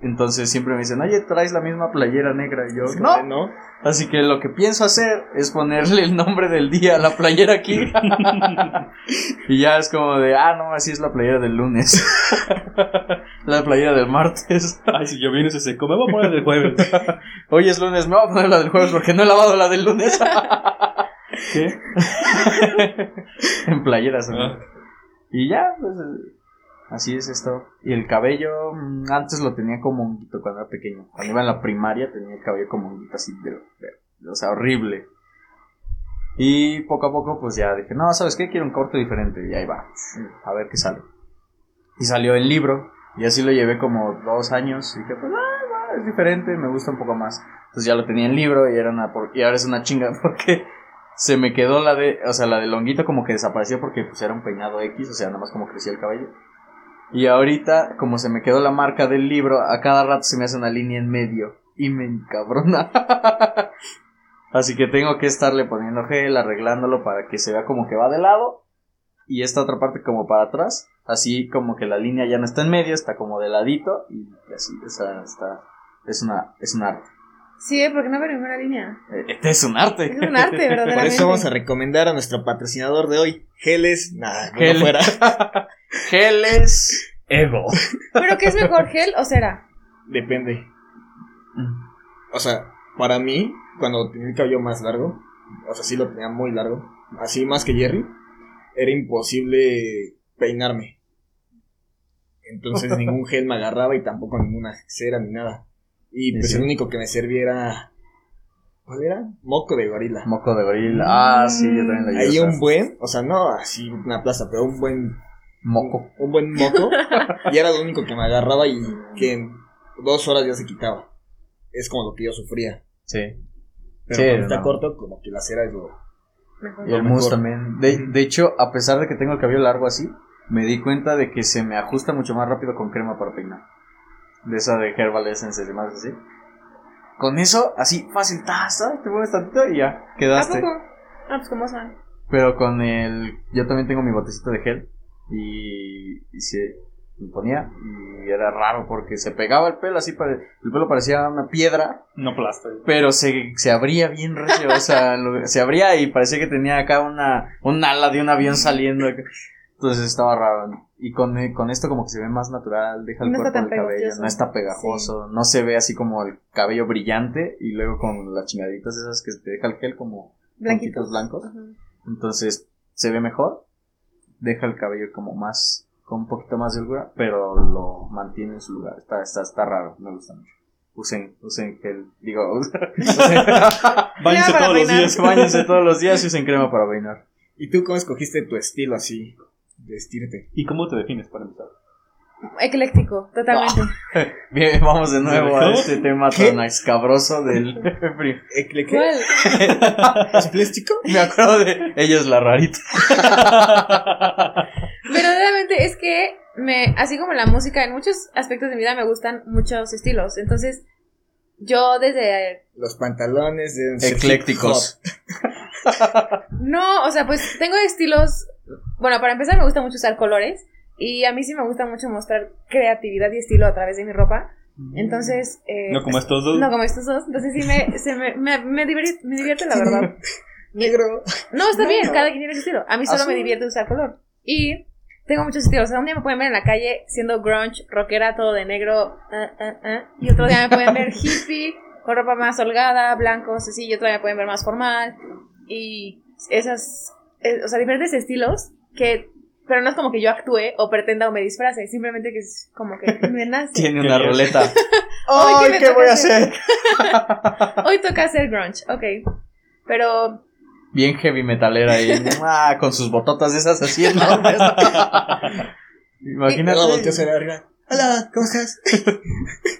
Speaker 2: Entonces, siempre me dicen, oye, traes la misma playera negra. Y yo, no.
Speaker 3: ¿No?
Speaker 2: Así que lo que pienso hacer es ponerle el nombre del día a la playera aquí. y ya es como de, ah, no, así es la playera del lunes. la playera del martes.
Speaker 4: [laughs] Ay, si yo vine y se secó, me voy a poner
Speaker 1: [laughs]
Speaker 4: el jueves.
Speaker 2: Hoy es lunes, me voy a poner la del jueves porque no he lavado la del lunes.
Speaker 4: ¿Qué?
Speaker 2: en playeras, ¿no?
Speaker 4: Ah,
Speaker 2: Y ya, pues, eh, así es esto. Y el cabello, mm, antes lo tenía como honguito cuando era pequeño. Cuando iba en la primaria tenía el cabello como honguito así, de, de- o sea, horrible. Y poco a poco, pues ya dije, no, ¿sabes qué? Quiero un corte diferente. Y ahí va, a ver qué sale. Y salió el libro, y así lo llevé como dos años. Y dije, pues, ah, va, es diferente, me gusta un poco más. Entonces ya lo tenía en libro y, era una por- y ahora es una chinga [laughs] porque se me quedó la de, o sea, la de longuito como que desapareció porque pues era un peinado X, o sea, nada más como crecía el cabello. Y ahorita, como se me quedó la marca del libro, a cada rato se me hace una línea en medio y me encabrona. [laughs] Así que tengo que estarle poniendo gel, arreglándolo para que se vea como que va de lado y esta otra parte como para atrás. Así como que la línea ya no está en medio, está como de ladito y así, o sea, está, es una, es un arte.
Speaker 1: Sí, ¿eh? porque no veo ninguna línea.
Speaker 2: Eh, Este es un arte.
Speaker 1: Es
Speaker 3: [laughs]
Speaker 1: un arte,
Speaker 3: Por
Speaker 1: verdaderamente.
Speaker 3: eso vamos a recomendar a nuestro patrocinador de hoy, Geles. Nada, no
Speaker 2: Gel. [laughs]
Speaker 3: fuera.
Speaker 2: [laughs] Gel es ego.
Speaker 1: ¿Pero qué es mejor, gel o cera?
Speaker 3: Depende. O sea, para mí, cuando tenía el cabello más largo, o sea, sí lo tenía muy largo, así más que Jerry, era imposible peinarme.
Speaker 2: [laughs]
Speaker 3: Entonces ningún gel me agarraba y tampoco ninguna cera ni nada. Y pues
Speaker 2: Sí, sí.
Speaker 3: el único que me servía era... ¿Cuál era? Moco de gorila.
Speaker 2: Moco de gorila. Ah, sí, yo también lo llevo
Speaker 3: Ahí
Speaker 2: a usar.
Speaker 3: un buen, o sea, no así una plaza, pero un buen
Speaker 2: Moco.
Speaker 3: un
Speaker 2: [laughs]
Speaker 3: buen moco. y era lo único que me agarraba y que en dos horas ya se quitaba. Es como lo que yo sufría.
Speaker 2: Sí.
Speaker 3: Pero
Speaker 2: Sí,
Speaker 3: cuando está
Speaker 2: no.
Speaker 3: corto, como que la cera es lo.
Speaker 1: Mejor.
Speaker 2: Y el
Speaker 3: Lo
Speaker 2: mousse
Speaker 3: mejor.
Speaker 2: también. De, de hecho, a pesar de que tengo el cabello largo así, me di cuenta de que se me ajusta mucho más rápido con crema para peinar. De esa de Herbal Essence y demás así. Con eso, así fácil, taza, te pones tantito y ya,
Speaker 1: ¿A
Speaker 2: quedaste.
Speaker 1: poco? Ah, pues como son.
Speaker 2: Pero con el. Yo también tengo mi botecito de gel. Y. y se me ponía. Y era raro porque se pegaba el pelo así. pare- el pelo parecía una piedra.
Speaker 4: No plasta.
Speaker 2: Pero se, se abría bien recio. O sea, lo- se abría y parecía que tenía acá una. Un ala de un avión saliendo. acá. Entonces estaba raro. ¿no? Y con, eh, con esto, como que se ve más natural. Deja el
Speaker 1: No está
Speaker 2: cuerpo del
Speaker 1: tan
Speaker 2: cabello.
Speaker 1: pegajoso.
Speaker 2: No está pegajoso. No se ve así como el cabello brillante. Y luego con las chingaditas esas que te deja el gel, como
Speaker 1: Blanquitos.
Speaker 2: puntitos blancos.
Speaker 1: Ajá.
Speaker 2: Entonces se ve mejor. Deja el cabello como más. Con un poquito más de holgura. Pero lo mantiene en su lugar. Está, está, está raro. Me gusta mucho. Usen, usen gel. Digo, [laughs] usen-
Speaker 4: Báñense
Speaker 1: para
Speaker 4: todos los
Speaker 1: peinar.
Speaker 4: días.
Speaker 2: bañense todos los días y usen crema para peinar.
Speaker 3: ¿Y tú cómo escogiste tu estilo así? Vestirte.
Speaker 4: ¿Y cómo te defines para empezar?
Speaker 1: Ecléctico, totalmente.
Speaker 3: Ah,
Speaker 2: Bien, vamos de nuevo a
Speaker 4: ¿Cómo?
Speaker 2: este tema
Speaker 3: ¿Qué?
Speaker 2: tan escabroso del. [laughs] pri-
Speaker 3: ¿Ecleque?
Speaker 1: ¿Cuál?
Speaker 3: ¿E-, ¿Es plástico?
Speaker 2: Me acuerdo de. Ella es la rarita.
Speaker 1: Verdaderamente es que me, así como la música, en muchos aspectos de mi vida me gustan muchos estilos. Entonces, yo desde.
Speaker 3: Los pantalones deben ser
Speaker 2: Eclécticos.
Speaker 1: No, o sea, pues tengo estilos. Bueno, para empezar, me gusta mucho usar colores. Y a mí sí me gusta mucho mostrar creatividad y estilo a través de mi ropa. Entonces. eh,
Speaker 4: No como estos dos.
Speaker 1: No como estos dos. Entonces sí me, se me, me, me divierte, me divierte, la verdad.
Speaker 3: Negro.
Speaker 1: No, está
Speaker 3: No,
Speaker 1: bien,
Speaker 3: no.
Speaker 1: cada quien tiene su estilo. A mí solo
Speaker 2: Azul.
Speaker 1: me divierte usar color. Y tengo muchos estilos. O sea, un día me pueden ver en la calle siendo grunge, rockera, todo de negro. ah, ah, ah. Y otro día me pueden
Speaker 2: [laughs]
Speaker 1: ver hippie, con ropa más holgada, blancos, así. Y otro día me pueden ver más formal. Y esas, eh, o sea, diferentes estilos que... Pero no es como que yo actúe o pretenda o me disfrace. Simplemente que es como que
Speaker 2: [laughs]
Speaker 1: me nace.
Speaker 2: Tiene una
Speaker 4: Qué bien.
Speaker 2: ruleta.
Speaker 1: Ay, ¿qué
Speaker 2: ¡Ay,
Speaker 1: me
Speaker 2: qué voy a
Speaker 1: tocaste?
Speaker 2: hacer!
Speaker 1: Hoy toca hacer grunge, ok. Pero...
Speaker 2: bien heavy metalera
Speaker 3: [laughs]
Speaker 2: ahí, ah, con sus bototas esas así enormes.
Speaker 3: Y luego volteas
Speaker 2: [laughs] Imagínate.
Speaker 3: hacia arriba. Hola, ¿cómo estás?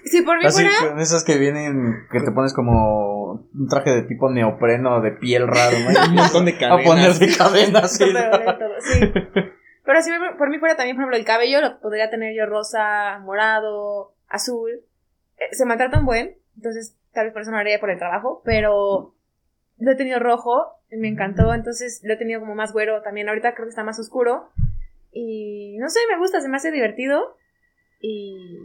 Speaker 1: Si por mí
Speaker 2: Así
Speaker 1: fuera,
Speaker 2: con esas que vienen, que te pones como un traje de tipo neopreno, de piel raro,
Speaker 1: [laughs]
Speaker 3: Un
Speaker 2: ¿no?
Speaker 3: montón de
Speaker 2: [laughs] A
Speaker 3: cadenas.
Speaker 2: ponerse cadenas. sí.
Speaker 1: súper [laughs] violento, sí. Pero si me- por mí fuera también, por ejemplo, el cabello lo podría tener yo rosa, morado, azul. Eh, se maltrata un buen, entonces tal vez por eso no lo haría por el trabajo, pero lo he tenido rojo, y me encantó, entonces lo he tenido como más güero también. Ahorita creo que está más oscuro. Y no sé, me gusta, se me hace divertido. Y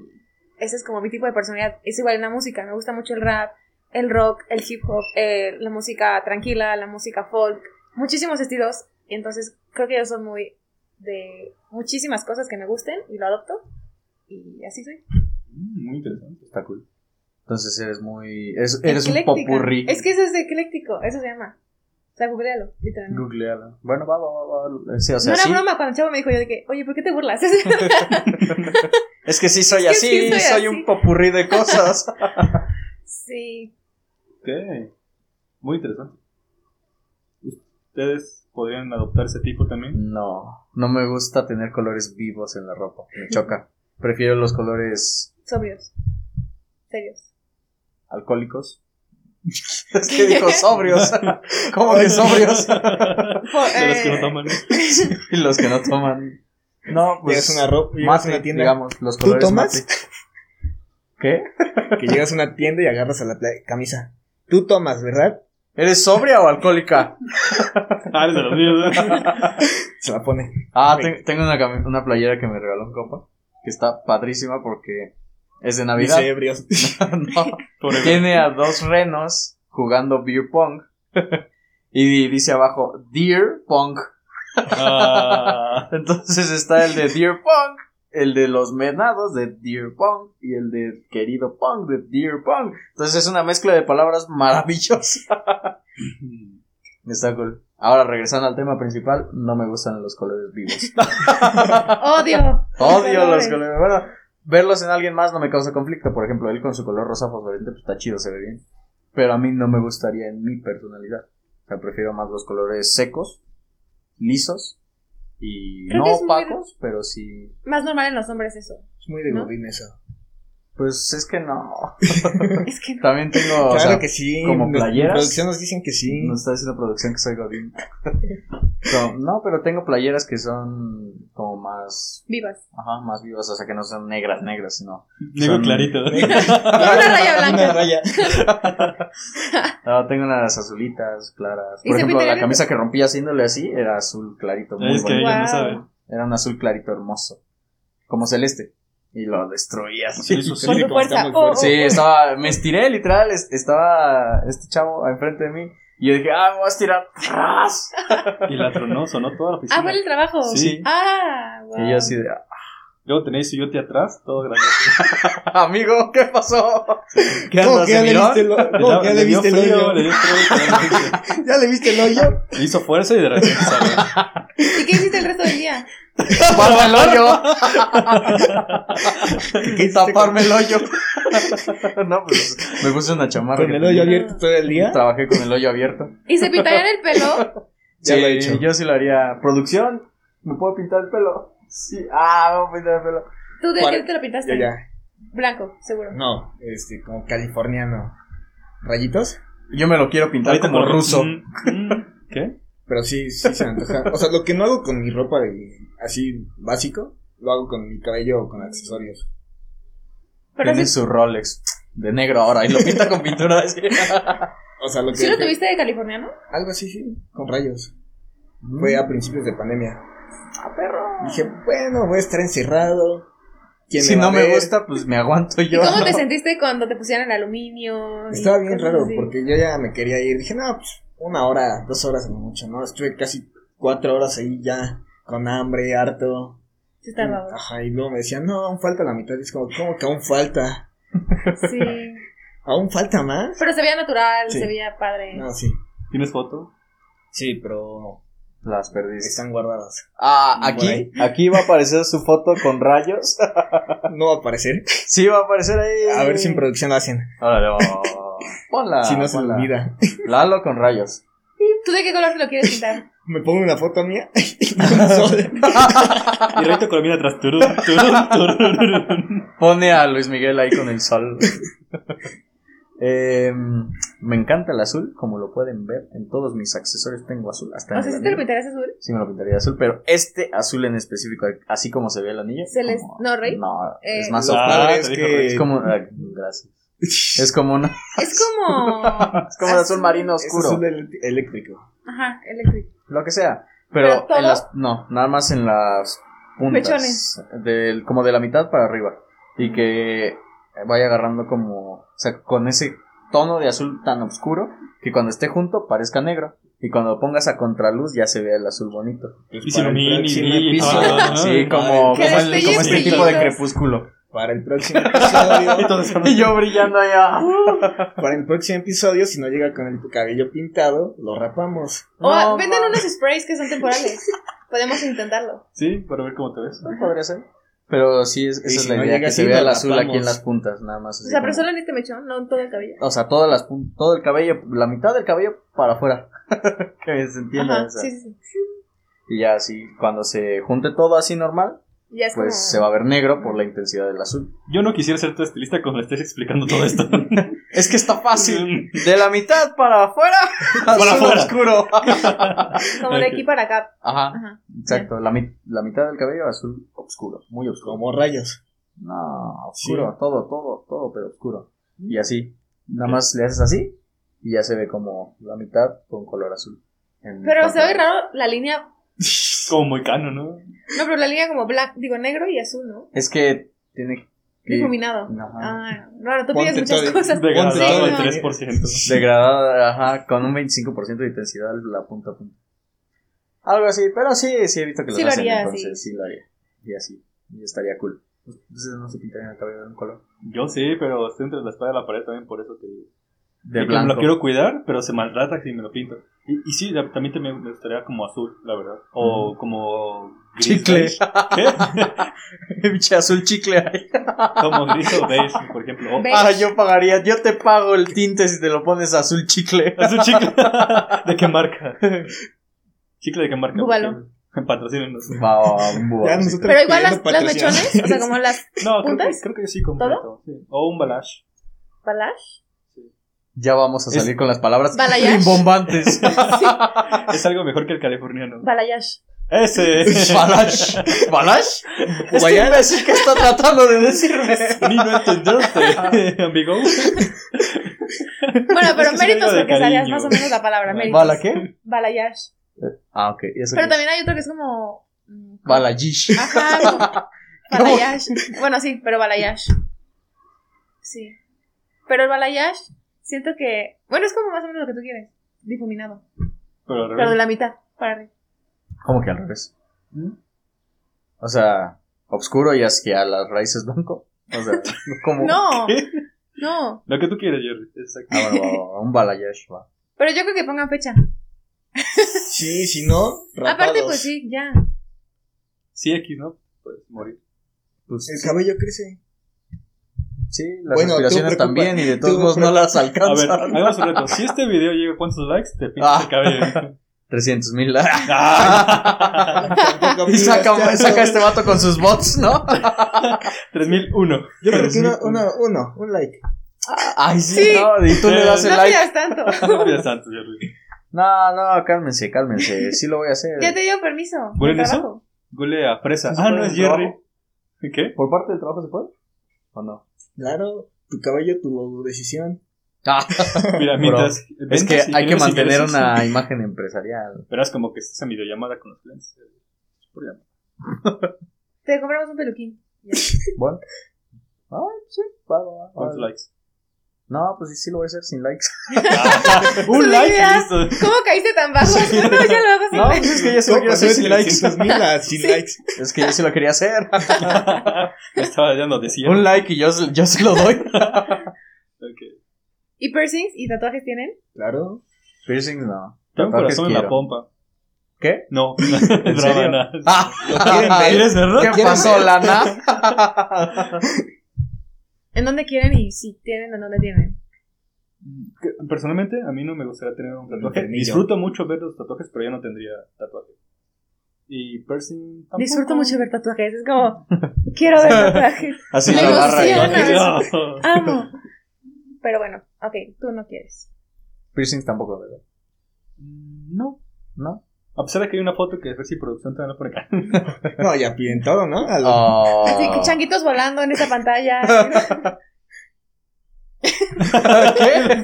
Speaker 1: ese es como mi tipo de personalidad. Es igual en la música, me gusta mucho el rap, el rock, el hip hop, eh, la música tranquila, la música folk, muchísimos estilos. Entonces creo que yo soy muy de muchísimas cosas que me gusten y lo adopto. Y así soy.
Speaker 4: Mm, Muy interesante.
Speaker 2: Está cool. Entonces eres muy. Eres, eres un
Speaker 1: Ecléctica.
Speaker 2: popurrí.
Speaker 1: Es que eso es de ecléctico, eso se llama. O sea, googlealo, literalmente.
Speaker 2: Googlealo. Bueno, va, va, va. va. Sí, o sea,
Speaker 1: no era
Speaker 2: sí.
Speaker 1: broma cuando el chavo me dijo yo de que, oye, ¿por qué te burlas?
Speaker 2: [laughs]
Speaker 1: [laughs]
Speaker 2: Es que sí soy
Speaker 1: Es que
Speaker 2: así,
Speaker 1: sí
Speaker 2: soy,
Speaker 1: soy así.
Speaker 2: un popurrí de cosas.
Speaker 1: sí.
Speaker 4: Ok. Muy interesante. ¿Ustedes podrían adoptar ese tipo también?
Speaker 2: no, no me gusta tener colores vivos en la ropa. Me choca. Prefiero los colores
Speaker 1: Sobrios. Serios.
Speaker 2: alcohólicos. es que
Speaker 1: [laughs]
Speaker 2: dijo sobrios. ¿Cómo que sobrios?
Speaker 4: [laughs] De los que
Speaker 1: eh,
Speaker 4: no toman.
Speaker 2: y los que no toman. No, pues.
Speaker 3: Llegas a una ropa, llegas
Speaker 2: mate,
Speaker 3: a una tienda.
Speaker 2: digamos, los
Speaker 3: ¿Tú
Speaker 2: colores
Speaker 3: tomas?
Speaker 2: mate. ¿Qué?
Speaker 3: [laughs] Que llegas a una tienda y agarras a la pla- camisa. Tú tomas, ¿verdad?
Speaker 2: ¿Eres sobria o alcohólica?
Speaker 4: Ah, eres de los míos. ¿no?
Speaker 1: [laughs]
Speaker 3: Se la pone.
Speaker 2: Ah,
Speaker 3: Ok.
Speaker 2: te- tengo una, cami- una playera que me regaló un compa, que está padrísima porque es de Navidad.
Speaker 3: Dice ebrios.
Speaker 2: [laughs]
Speaker 3: [laughs]
Speaker 2: No,
Speaker 4: Por ejemplo.
Speaker 2: tiene a dos renos jugando beer pong. [laughs] y dice abajo, Deer Pong.
Speaker 4: [laughs] Ah,
Speaker 2: Entonces está el de Deer Pong, el de los menados de Deer Pong y el de querido Pong de Deer Pong. Entonces es una mezcla de palabras maravillosa. [laughs] Está cool. Ahora regresando al tema principal, no me gustan los colores vivos.
Speaker 1: [laughs] Odio.
Speaker 2: Odio
Speaker 1: Colores.
Speaker 2: los colores. Bueno, verlos en alguien más no me causa conflicto. Por ejemplo, él con su color rosa fosforescente pues, está chido, se ve bien. Pero a mí no me gustaría en mi personalidad. O sea, prefiero más los colores secos, lisos y
Speaker 1: Creo que
Speaker 2: no
Speaker 1: es muy de-
Speaker 2: opacos, pero sí.
Speaker 1: Más normal en los hombres eso.
Speaker 3: Es muy de
Speaker 1: ¿No?
Speaker 3: godín eso.
Speaker 2: Pues es que no.
Speaker 1: Es que no.
Speaker 2: También tengo. o
Speaker 3: claro
Speaker 2: sea,
Speaker 3: que sí.
Speaker 2: como
Speaker 3: Nos-
Speaker 2: playeras.
Speaker 3: producción nos dicen que sí.
Speaker 2: Nos está diciendo producción que soy Godín. [laughs] No, no, pero tengo playeras que son como más. [laughs]
Speaker 1: Vivas.
Speaker 2: Ajá, más vivas. O sea, que no son negras, negras, sino
Speaker 4: Digo clarito. [laughs]
Speaker 1: Una raya blanca.
Speaker 3: Una raya.
Speaker 1: [laughs]
Speaker 2: No, tengo unas azulitas claras.
Speaker 1: ¿Y se
Speaker 2: Por ejemplo, la
Speaker 1: pintarían?
Speaker 2: camisa que rompí haciéndole así era azul clarito, muy
Speaker 4: Es que
Speaker 2: bonito.
Speaker 4: ella no
Speaker 1: Wow.
Speaker 4: sabe.
Speaker 2: Era un azul clarito hermoso, como celeste. Y lo destruías.
Speaker 4: Sí, eso sí.
Speaker 1: Con tu
Speaker 3: como está
Speaker 1: fuerza.
Speaker 3: muy
Speaker 1: Oh,
Speaker 3: fuerte.
Speaker 1: oh,
Speaker 3: [laughs]
Speaker 2: Sí,
Speaker 1: oh.
Speaker 2: estaba, me estiré literal, es- estaba este chavo enfrente de mí. Y yo dije, ah, me voy a estirar. ¡Tras!
Speaker 4: Y la tronó, sonó toda la oficina.
Speaker 1: Ah, fue en el trabajo.
Speaker 4: Sí.
Speaker 1: Ah, wow.
Speaker 2: Y yo así de,
Speaker 4: Luego tenéis te atrás, todo grande.
Speaker 2: "Ah, amigo, ¿qué pasó? ¿Qué
Speaker 3: ¿Cómo
Speaker 2: andas
Speaker 3: que ya
Speaker 2: de
Speaker 3: le viste
Speaker 2: mirón?
Speaker 3: el hoyo? ¿Cómo que ya le
Speaker 4: dio
Speaker 3: viste el
Speaker 4: frío,
Speaker 3: hoyo?
Speaker 4: le dio frío.
Speaker 3: ¿Ya le viste el hoyo?
Speaker 4: Le hizo fuerza y
Speaker 3: [laughs]
Speaker 4: de repente salió.
Speaker 1: ¿Y qué hiciste el resto del día?
Speaker 2: Taparme el
Speaker 3: [laughs]
Speaker 2: hoyo. Taparme el hoyo. [laughs] No, pues me puse una chamarra.
Speaker 3: Con
Speaker 2: que
Speaker 3: el
Speaker 2: tenía.
Speaker 3: hoyo abierto todo el día.
Speaker 2: Trabajé con el hoyo abierto.
Speaker 1: ¿Y se pintarían el pelo?
Speaker 2: [laughs]
Speaker 3: Ya
Speaker 2: Sí,
Speaker 3: lo he hecho.
Speaker 2: Yo sí lo haría. Producción, ¿me puedo pintar el pelo? Sí. Ah, me puedo pintar el pelo.
Speaker 1: ¿Tú de
Speaker 3: ¿Cuál?
Speaker 1: qué te lo pintaste?
Speaker 3: Ya, ya.
Speaker 1: Blanco, seguro.
Speaker 3: No, este, como californiano. ¿Rayitos?
Speaker 2: Yo me lo quiero pintar
Speaker 4: Ahorita
Speaker 2: como
Speaker 4: corre.
Speaker 2: ruso.
Speaker 4: Mm, mm, ¿Qué?
Speaker 3: Pero sí, sí se me antoja. O sea, lo que no hago con mi ropa de, así básico, lo hago con mi cabello o con accesorios.
Speaker 1: Pero
Speaker 2: Tiene
Speaker 1: si,
Speaker 2: su Rolex de negro ahora y lo pinta con pintura.
Speaker 3: [laughs]
Speaker 2: así.
Speaker 3: O sea, lo que.
Speaker 1: ¿sí lo tuviste de californiano?
Speaker 3: Algo así, sí, con rayos. Fue a principios de pandemia.
Speaker 1: Ah, perro.
Speaker 3: Dije, bueno, voy a estar encerrado. ¿Quién
Speaker 2: si
Speaker 3: me va
Speaker 2: no
Speaker 3: a
Speaker 2: me
Speaker 3: ver?
Speaker 2: gusta, pues me aguanto
Speaker 1: ¿Y
Speaker 2: yo.
Speaker 1: cómo te
Speaker 2: ¿no?
Speaker 1: sentiste cuando te pusieron el aluminio? y
Speaker 3: Estaba bien
Speaker 1: cosas
Speaker 3: raro,
Speaker 1: así?
Speaker 3: porque yo ya me quería ir. Dije, no, pues, una hora, dos horas como mucho, ¿no? Estuve casi cuatro horas ahí ya, con hambre, harto.
Speaker 1: Sí, estaba raro.
Speaker 3: Ajá, y luego me decían, no, aún falta la mitad. Y es como, ¿cómo que aún falta?
Speaker 1: Sí.
Speaker 3: ¿Aún falta más?
Speaker 1: Pero se veía natural,
Speaker 3: Sí.
Speaker 1: se veía padre.
Speaker 3: No, sí.
Speaker 4: ¿Tienes foto?
Speaker 3: Sí, pero
Speaker 2: Las perdiste.
Speaker 3: están guardadas.
Speaker 2: Ah,
Speaker 3: Por
Speaker 2: aquí,
Speaker 3: ahí.
Speaker 2: aquí va a aparecer su foto con rayos.
Speaker 3: No va a aparecer.
Speaker 2: [laughs] Sí, va a aparecer ahí.
Speaker 3: A ver si en producción la hacen.
Speaker 2: Órale, va. Ah, Ponla.
Speaker 3: si no se
Speaker 2: ponla.
Speaker 3: olvida. [laughs]
Speaker 2: Lalo con rayos.
Speaker 1: ¿Tú de qué color lo quieres
Speaker 3: [laughs]
Speaker 1: pintar?
Speaker 3: Me pongo una foto mía. [laughs]
Speaker 2: [laughs]
Speaker 3: con sol.
Speaker 4: Y Reto Colombina atrás. turun, turun, turun.
Speaker 2: [laughs] Pone a Luis Miguel ahí con el
Speaker 3: [laughs]
Speaker 2: sol. Eh, me encanta el azul, como lo pueden ver en todos mis accesorios tengo azul. Hasta en
Speaker 1: O sea,
Speaker 2: el
Speaker 1: si te lo
Speaker 2: anillo.
Speaker 1: pintarías
Speaker 2: [laughs]
Speaker 1: azul.
Speaker 2: Sí me lo pintaría de azul, pero este azul en específico, así como se ve el anillo.
Speaker 1: Celeste-
Speaker 2: como-
Speaker 1: ¿no, Rey?
Speaker 2: No,
Speaker 1: Eh,
Speaker 2: es más
Speaker 4: Lo
Speaker 2: opaco.
Speaker 4: padre
Speaker 3: Ah,
Speaker 4: es
Speaker 3: te dijo,
Speaker 4: que-
Speaker 3: güey.
Speaker 2: Es como... ah, gracias. [laughs] Es como una-
Speaker 1: Es como.
Speaker 2: es como el azul marino
Speaker 3: Es
Speaker 2: oscuro.
Speaker 3: azul el- eléctrico.
Speaker 1: Ajá, eléctrico.
Speaker 2: Lo que sea. Pero,
Speaker 1: Pero todo-
Speaker 2: en las... No, nada más en las puntas.
Speaker 1: Mechones.
Speaker 2: Del, como de la mitad para arriba. Y que vaya agarrando como... O sea, con ese tono de azul tan oscuro que cuando esté junto parezca negro. Y cuando lo pongas a contraluz ya se vea el azul bonito.
Speaker 3: Pues
Speaker 4: Y si
Speaker 3: para el
Speaker 4: no, ni, ni,
Speaker 3: próximo
Speaker 4: ni.
Speaker 3: episodio-
Speaker 4: Ah,
Speaker 2: Sí, como, como,
Speaker 1: Que
Speaker 2: el-
Speaker 1: destelle
Speaker 2: como este tipo de
Speaker 1: brillitos.
Speaker 4: [laughs]
Speaker 2: crepúsculo.
Speaker 3: Para el próximo
Speaker 2: [laughs]
Speaker 3: episodio.
Speaker 4: Entonces,
Speaker 2: Y yo brillando allá.
Speaker 3: para el próximo episodio, si no llega con el cabello pintado, lo rapamos.
Speaker 1: O
Speaker 2: No,
Speaker 1: venden
Speaker 2: ma-
Speaker 1: unos sprays que son temporales. Podemos intentarlo.
Speaker 4: Sí, para ver cómo te ves.
Speaker 2: Podría ser. Pero sí, es, esa
Speaker 3: Y
Speaker 2: es
Speaker 3: si
Speaker 2: la
Speaker 3: no
Speaker 2: idea,
Speaker 3: llega
Speaker 2: que se
Speaker 3: así,
Speaker 2: vea
Speaker 3: lo
Speaker 2: el azul aquí
Speaker 3: rapamos.
Speaker 2: en las puntas, nada
Speaker 1: O
Speaker 2: más. así
Speaker 1: sea, pero
Speaker 2: como-
Speaker 1: solo en este mechón, no en todo el cabello.
Speaker 2: O sea, todas las pun- todo el cabello, la mitad del cabello para afuera. [laughs] que se entienda.
Speaker 1: Ajá,
Speaker 2: o sea.
Speaker 1: sí, sí, sí.
Speaker 2: Y ya así, cuando se junte todo así normal,
Speaker 1: Ya es
Speaker 2: pues
Speaker 1: como.
Speaker 2: se va a ver negro por la intensidad del azul.
Speaker 4: Yo no quisiera ser tu estilista cuando estés explicando todo
Speaker 3: [laughs]
Speaker 4: esto.
Speaker 2: Es que está
Speaker 3: Ah,
Speaker 2: fácil. De la mitad para afuera, [laughs] azul
Speaker 4: afuera.
Speaker 2: oscuro.
Speaker 1: Como de aquí para acá.
Speaker 2: Ajá,
Speaker 1: Ajá.
Speaker 2: exacto. La, mi- la mitad del cabello azul oscuro, muy oscuro.
Speaker 3: Como rayos.
Speaker 2: No, oscuro, todo, todo, todo, pero oscuro.
Speaker 3: Mm.
Speaker 2: Y así, nada más le haces así y ya se ve como la mitad con color azul. En
Speaker 1: Pero se
Speaker 2: contra-
Speaker 1: ve raro la línea.
Speaker 4: [laughs] Como moicano, ¿no?
Speaker 1: No, pero la línea como black, digo negro y azul, ¿no?
Speaker 2: Es que tiene que...
Speaker 1: Difuminado.
Speaker 2: Ajá.
Speaker 1: Ah, no, tú
Speaker 3: Ponte
Speaker 1: pides muchas
Speaker 3: todo-
Speaker 1: cosas.
Speaker 4: Degradado
Speaker 1: Sí,
Speaker 4: al
Speaker 1: no.
Speaker 4: 3%.
Speaker 2: Degradada, ajá, con un 25% de intensidad la punta a punta. Algo así, pero sí, sí he visto que lo
Speaker 1: Sí lo
Speaker 2: hacen,
Speaker 1: haría,
Speaker 2: entonces sí. lo haría. Y así, y estaría cool. Pues, Entonces no se pintaría el cabello de un color.
Speaker 4: Yo sí, pero estoy entre la espada y la pared también, por eso te digo.
Speaker 2: De
Speaker 4: Y que me
Speaker 2: blanco.
Speaker 4: lo quiero cuidar, pero se maltrata si me lo pinto. Y, y sí, la- también te- me gustaría como azul, la verdad. O como gris.
Speaker 2: Mm. Chicle.
Speaker 4: beige. ¿Qué? [laughs]
Speaker 2: Pinche azul chicle ahí.
Speaker 4: Como gris o beige, por ejemplo. O-
Speaker 1: Beige.
Speaker 2: Ah, yo pagaría, yo te pago el tinte si te lo pones azul chicle.
Speaker 4: azul chicle. [laughs] ¿De qué marca? ¿Chicle de qué marca?
Speaker 1: Búbalo.
Speaker 4: [laughs] Patrocínenos.
Speaker 2: Va, va, un
Speaker 3: Ya
Speaker 2: bubacito.
Speaker 3: nosotros
Speaker 1: Pero igual las,
Speaker 3: pidiendo
Speaker 1: las
Speaker 3: patrocinio.
Speaker 1: mechones, o sea, como las
Speaker 4: No, creo que,
Speaker 1: ¿Puntas?
Speaker 4: creo que sí, completo. sí. O un balash.
Speaker 1: balash.
Speaker 2: Ya vamos a salir con las palabras
Speaker 1: Balayage.
Speaker 2: rimbombantes.
Speaker 4: Es algo mejor que el californiano.
Speaker 1: Balayash.
Speaker 2: [laughs]
Speaker 4: Ese.
Speaker 2: Balash. ¿Balash? Este imbécil que está tratando de decirme.
Speaker 4: Ni lo
Speaker 2: [laughs]
Speaker 4: entendiste, amigo.
Speaker 1: Bueno,
Speaker 4: Es
Speaker 1: pero
Speaker 4: que sí
Speaker 1: méritos
Speaker 4: vengo de
Speaker 1: porque sabías
Speaker 4: cariño.
Speaker 1: más o menos la palabra, méritos.
Speaker 2: ¿Bala qué?
Speaker 1: Balayash.
Speaker 2: Ah, ok. ¿y eso
Speaker 1: Pero
Speaker 2: qué es?
Speaker 1: también hay otro que es como. mm, como-
Speaker 2: Balayish.
Speaker 1: Ajá. como-
Speaker 2: ¿Cómo?
Speaker 1: Balayash. Bueno, sí, pero balayash. Sí. Pero el balayash, siento que. Bueno, es como más o menos lo que tú quieres. Difuminado.
Speaker 4: Pero al
Speaker 1: Pero de
Speaker 4: revés.
Speaker 1: la mitad para arriba.
Speaker 2: ¿Cómo que al revés? O sea, oscuro y hacia las raíces blanco. O sea, [laughs] como.
Speaker 1: No,
Speaker 4: ¿Qué?
Speaker 1: no.
Speaker 4: Lo que tú quieres, Jerry. Exacto.
Speaker 2: Ah, bueno, va, va, va, un balayash, va.
Speaker 1: Pero yo creo que pongan fecha.
Speaker 3: [laughs] Sí, si no, rapados.
Speaker 1: Aparte, pues sí, ya.
Speaker 4: Sí, aquí, ¿no? Puedes morir.
Speaker 2: Pues,
Speaker 3: El cabello crece.
Speaker 2: sí, las
Speaker 3: Bueno, tú
Speaker 2: aspiraciones
Speaker 3: preocupa-
Speaker 2: también y de
Speaker 3: tú
Speaker 2: todos modos no
Speaker 3: preocupa-
Speaker 2: las
Speaker 4: A ver,
Speaker 2: alcanzan.
Speaker 4: hagamos un reto. Si este video llega a cuántos likes, te pintas
Speaker 2: Ah.
Speaker 4: el cabello.
Speaker 2: 300 mil. [laughs]
Speaker 4: Ah,
Speaker 2: [laughs]
Speaker 3: Tampoco
Speaker 2: Y saca,
Speaker 3: pidas
Speaker 2: saca
Speaker 3: tanto.
Speaker 2: este vato con sus bots, ¿no?
Speaker 4: 3001.
Speaker 3: Yo creo que uno, uno, uno, un like.
Speaker 2: Ay, sí,
Speaker 1: Sí.
Speaker 2: no, y tú le das
Speaker 1: No
Speaker 2: el like.
Speaker 1: pidas tanto.
Speaker 4: Dios santo, Jerry.
Speaker 2: No, no, cálmense, cálmense. Sí lo voy a hacer.
Speaker 1: Ya te dio permiso. de
Speaker 4: Bueno, ¿eso?
Speaker 1: trabajo.
Speaker 4: Huele a fresa.
Speaker 2: ¿Sí se
Speaker 4: Ah,
Speaker 2: puede
Speaker 4: no es
Speaker 2: el trabajo?
Speaker 4: Jerry. ¿Qué?
Speaker 2: ¿Por parte del trabajo se puede? ¿O no?
Speaker 3: Claro, tu cabello, tu decisión.
Speaker 4: Mira, mientras.
Speaker 2: Ah, es
Speaker 4: ventas
Speaker 2: que
Speaker 4: y
Speaker 2: hay que
Speaker 4: ingresos y
Speaker 2: mantener
Speaker 4: egresos,
Speaker 2: una imagen empresarial.
Speaker 4: Verás como que estás en videollamada con los clientes. Por llamada.
Speaker 1: Te compramos un peluquín.
Speaker 2: Bueno. Ah, sí, va, va, va. [laughs]
Speaker 4: ¿Cuántos likes?
Speaker 2: No, pues sí, sí lo voy a hacer sin likes.
Speaker 1: Son
Speaker 4: Ah, un like,
Speaker 1: ideas.
Speaker 4: listo. [laughs]
Speaker 1: ¿Cómo caíste tan bajo? [laughs] No, ya lo hago sin
Speaker 2: No,
Speaker 1: ver.
Speaker 2: pues es que ya se lo
Speaker 3: ¿Cómo
Speaker 2: quiero
Speaker 3: pasó
Speaker 2: hacer
Speaker 3: de
Speaker 2: sin likes.
Speaker 3: 300 mil a 100 likes?
Speaker 2: Es que yo sí lo quería
Speaker 4: [laughs]
Speaker 2: hacer.
Speaker 4: Me estaba dando de cielo.
Speaker 2: Un like y yo, se- yo se lo doy.
Speaker 4: Ok.
Speaker 1: ¿Y piercings y tatuajes tienen?
Speaker 3: Claro.
Speaker 2: Piercing no.
Speaker 4: Tengo un
Speaker 2: Tatuajes
Speaker 4: corazón en la
Speaker 2: quiero.
Speaker 4: pompa.
Speaker 2: ¿Qué?
Speaker 4: No, [laughs] ¿En
Speaker 2: serio?
Speaker 4: nada.
Speaker 2: Ah,
Speaker 4: ¿Quieres verlo?
Speaker 2: [laughs] ¿Qué
Speaker 3: ¿Quieren
Speaker 2: pasó,
Speaker 3: ver?
Speaker 2: Lana?
Speaker 3: [laughs]
Speaker 1: ¿En dónde quieren y si tienen, en dónde tienen?
Speaker 4: que- personalmente a mí no me gustaría tener un tatuaje.
Speaker 3: frenillo.
Speaker 4: Disfruto mucho ver los tatuajes, pero yo no tendría tatuaje. Y piercing tampoco.
Speaker 1: Disfruto mucho ver tatuajes. Es como, quiero
Speaker 4: [laughs]
Speaker 1: ver tatuajes.
Speaker 2: Así
Speaker 1: Me
Speaker 2: la barra y
Speaker 1: emociona.
Speaker 2: baja.
Speaker 4: No.
Speaker 1: Amo. Pero bueno, ok, tú no quieres.
Speaker 2: Piercings tampoco, ¿verdad?
Speaker 4: No.
Speaker 2: ¿No?
Speaker 4: A pesar de que hay una foto que a ver si producción también la pone acá.
Speaker 3: No, ya piden todo, ¿no?
Speaker 2: [laughs]
Speaker 3: A lo-
Speaker 2: Oh.
Speaker 1: Así
Speaker 4: Ah.
Speaker 1: que changuitos volando en esa
Speaker 4: [laughs]
Speaker 1: pantalla.
Speaker 3: [laughs]
Speaker 2: ¿Qué?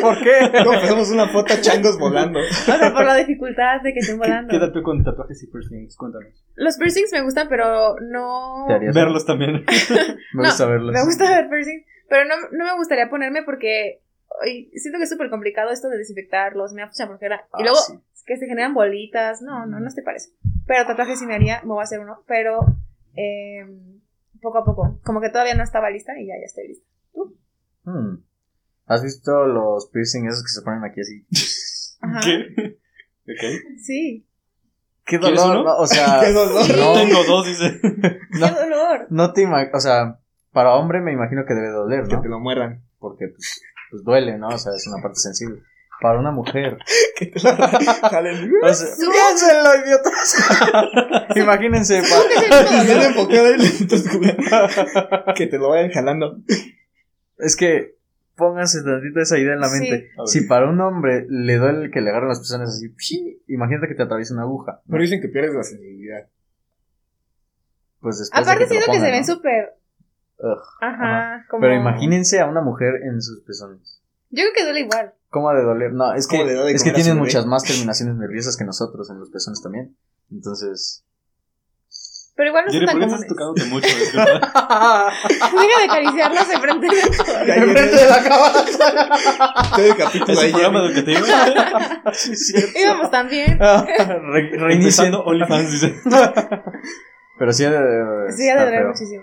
Speaker 2: ¿Por qué?
Speaker 3: No, pasamos una foto a
Speaker 2: [laughs]
Speaker 3: changos [laughs] volando.
Speaker 1: O sea, por la dificultad de que estén
Speaker 4: ¿Qué,
Speaker 1: [laughs]
Speaker 4: qué
Speaker 1: volando.
Speaker 4: tal tú con tatuajes y piercings? Cuéntanos.
Speaker 1: Los piercings me gustan, pero no.
Speaker 2: Te haría- Eso.
Speaker 4: Verlos
Speaker 1: [laughs]
Speaker 4: también.
Speaker 2: Me gusta verlos.
Speaker 1: Me gusta [laughs] ver piercings, pero no, no me gustaría ponerme porque ay, siento que es súper complicado esto de desinfectarlos. Me da mucha flojera.
Speaker 2: Ah,
Speaker 1: Y luego
Speaker 2: sí.
Speaker 1: es que se generan bolitas. No, no, no estoy para eso. Pero tatuajes sí me haría, me voy a hacer uno. Pero eh, poco a poco. Como que todavía no estaba lista y ya, ya estoy lista.
Speaker 2: Hmm. ¿Has visto los piercings esos que se ponen aquí así?
Speaker 1: Ajá.
Speaker 4: ¿Qué? Ok.
Speaker 1: Sí.
Speaker 2: ¡Qué
Speaker 4: ¿Quieres
Speaker 2: dolor!
Speaker 4: uno?
Speaker 2: ¿no? O sea,
Speaker 3: Qué dolor.
Speaker 2: No,
Speaker 4: Tengo dos, dice.
Speaker 2: No.
Speaker 1: ¡Qué
Speaker 2: [laughs]
Speaker 1: dolor!
Speaker 2: no te imaginas. O sea, para hombre me imagino que debe doler,
Speaker 3: Que
Speaker 2: ¿no?
Speaker 3: te lo mueran.
Speaker 2: Porque pues, pues duele, ¿no? O sea, es una parte sensible. Para
Speaker 1: [laughs]
Speaker 2: una mujer.
Speaker 3: Que te lo jalen.
Speaker 2: O sea, ¡Piénsenlo, idiotas! [laughs] Imagínense.
Speaker 1: Supongo que
Speaker 2: pa-
Speaker 1: es el mismo
Speaker 3: Y
Speaker 1: dolor.
Speaker 3: yo le enfocaba y le entonces, güey, Que te lo vayan [laughs] jalando.
Speaker 2: Es que pónganse tantito esa idea en la
Speaker 1: Sí.
Speaker 2: mente.
Speaker 4: A ver.
Speaker 2: Si para un hombre le duele que le agarren las personas así, ¡pshi! imagínate que te atraviesa una aguja.
Speaker 3: Pero dicen que pierdes la sensibilidad.
Speaker 2: Pues después. de
Speaker 1: Aparte
Speaker 2: que te lo
Speaker 1: siento que se
Speaker 2: pongan,
Speaker 1: ven
Speaker 2: ¿no?
Speaker 1: súper...
Speaker 2: Ugh.
Speaker 1: Ajá, como...
Speaker 2: Pero imagínense a una mujer en sus pezones.
Speaker 1: Yo creo que duele igual.
Speaker 2: ¿Cómo ha de doler? No, es que,
Speaker 3: ¿Cómo le da de
Speaker 2: es que
Speaker 3: comer a su
Speaker 2: tienen
Speaker 3: bebé?
Speaker 2: muchas más terminaciones nerviosas que nosotros en los pezones también. Entonces.
Speaker 1: Pero igual no
Speaker 4: Jerry,
Speaker 1: son tan
Speaker 4: ¿por qué estás
Speaker 1: comunes.
Speaker 4: tocándote
Speaker 2: [laughs]
Speaker 4: mucho?
Speaker 1: [laughs]
Speaker 4: Disculpa.
Speaker 1: Deja de acariciarlos enfrente de
Speaker 2: [laughs]
Speaker 3: Ya
Speaker 1: todos.
Speaker 3: llegué.
Speaker 2: de la cámara.
Speaker 3: Todo el capítulo
Speaker 4: ¿Es
Speaker 3: ahí.
Speaker 4: el programa del que te iba?
Speaker 2: [laughs] sí, sí.
Speaker 1: Íbamos también.
Speaker 2: Re-
Speaker 4: Reiniciando
Speaker 2: reiniciando.
Speaker 4: OnlyFans, dice.
Speaker 2: [laughs] Pero sí, ha de- de-
Speaker 1: Sí, ha de
Speaker 2: pues, está
Speaker 1: doler
Speaker 2: feo.
Speaker 1: muchísimo.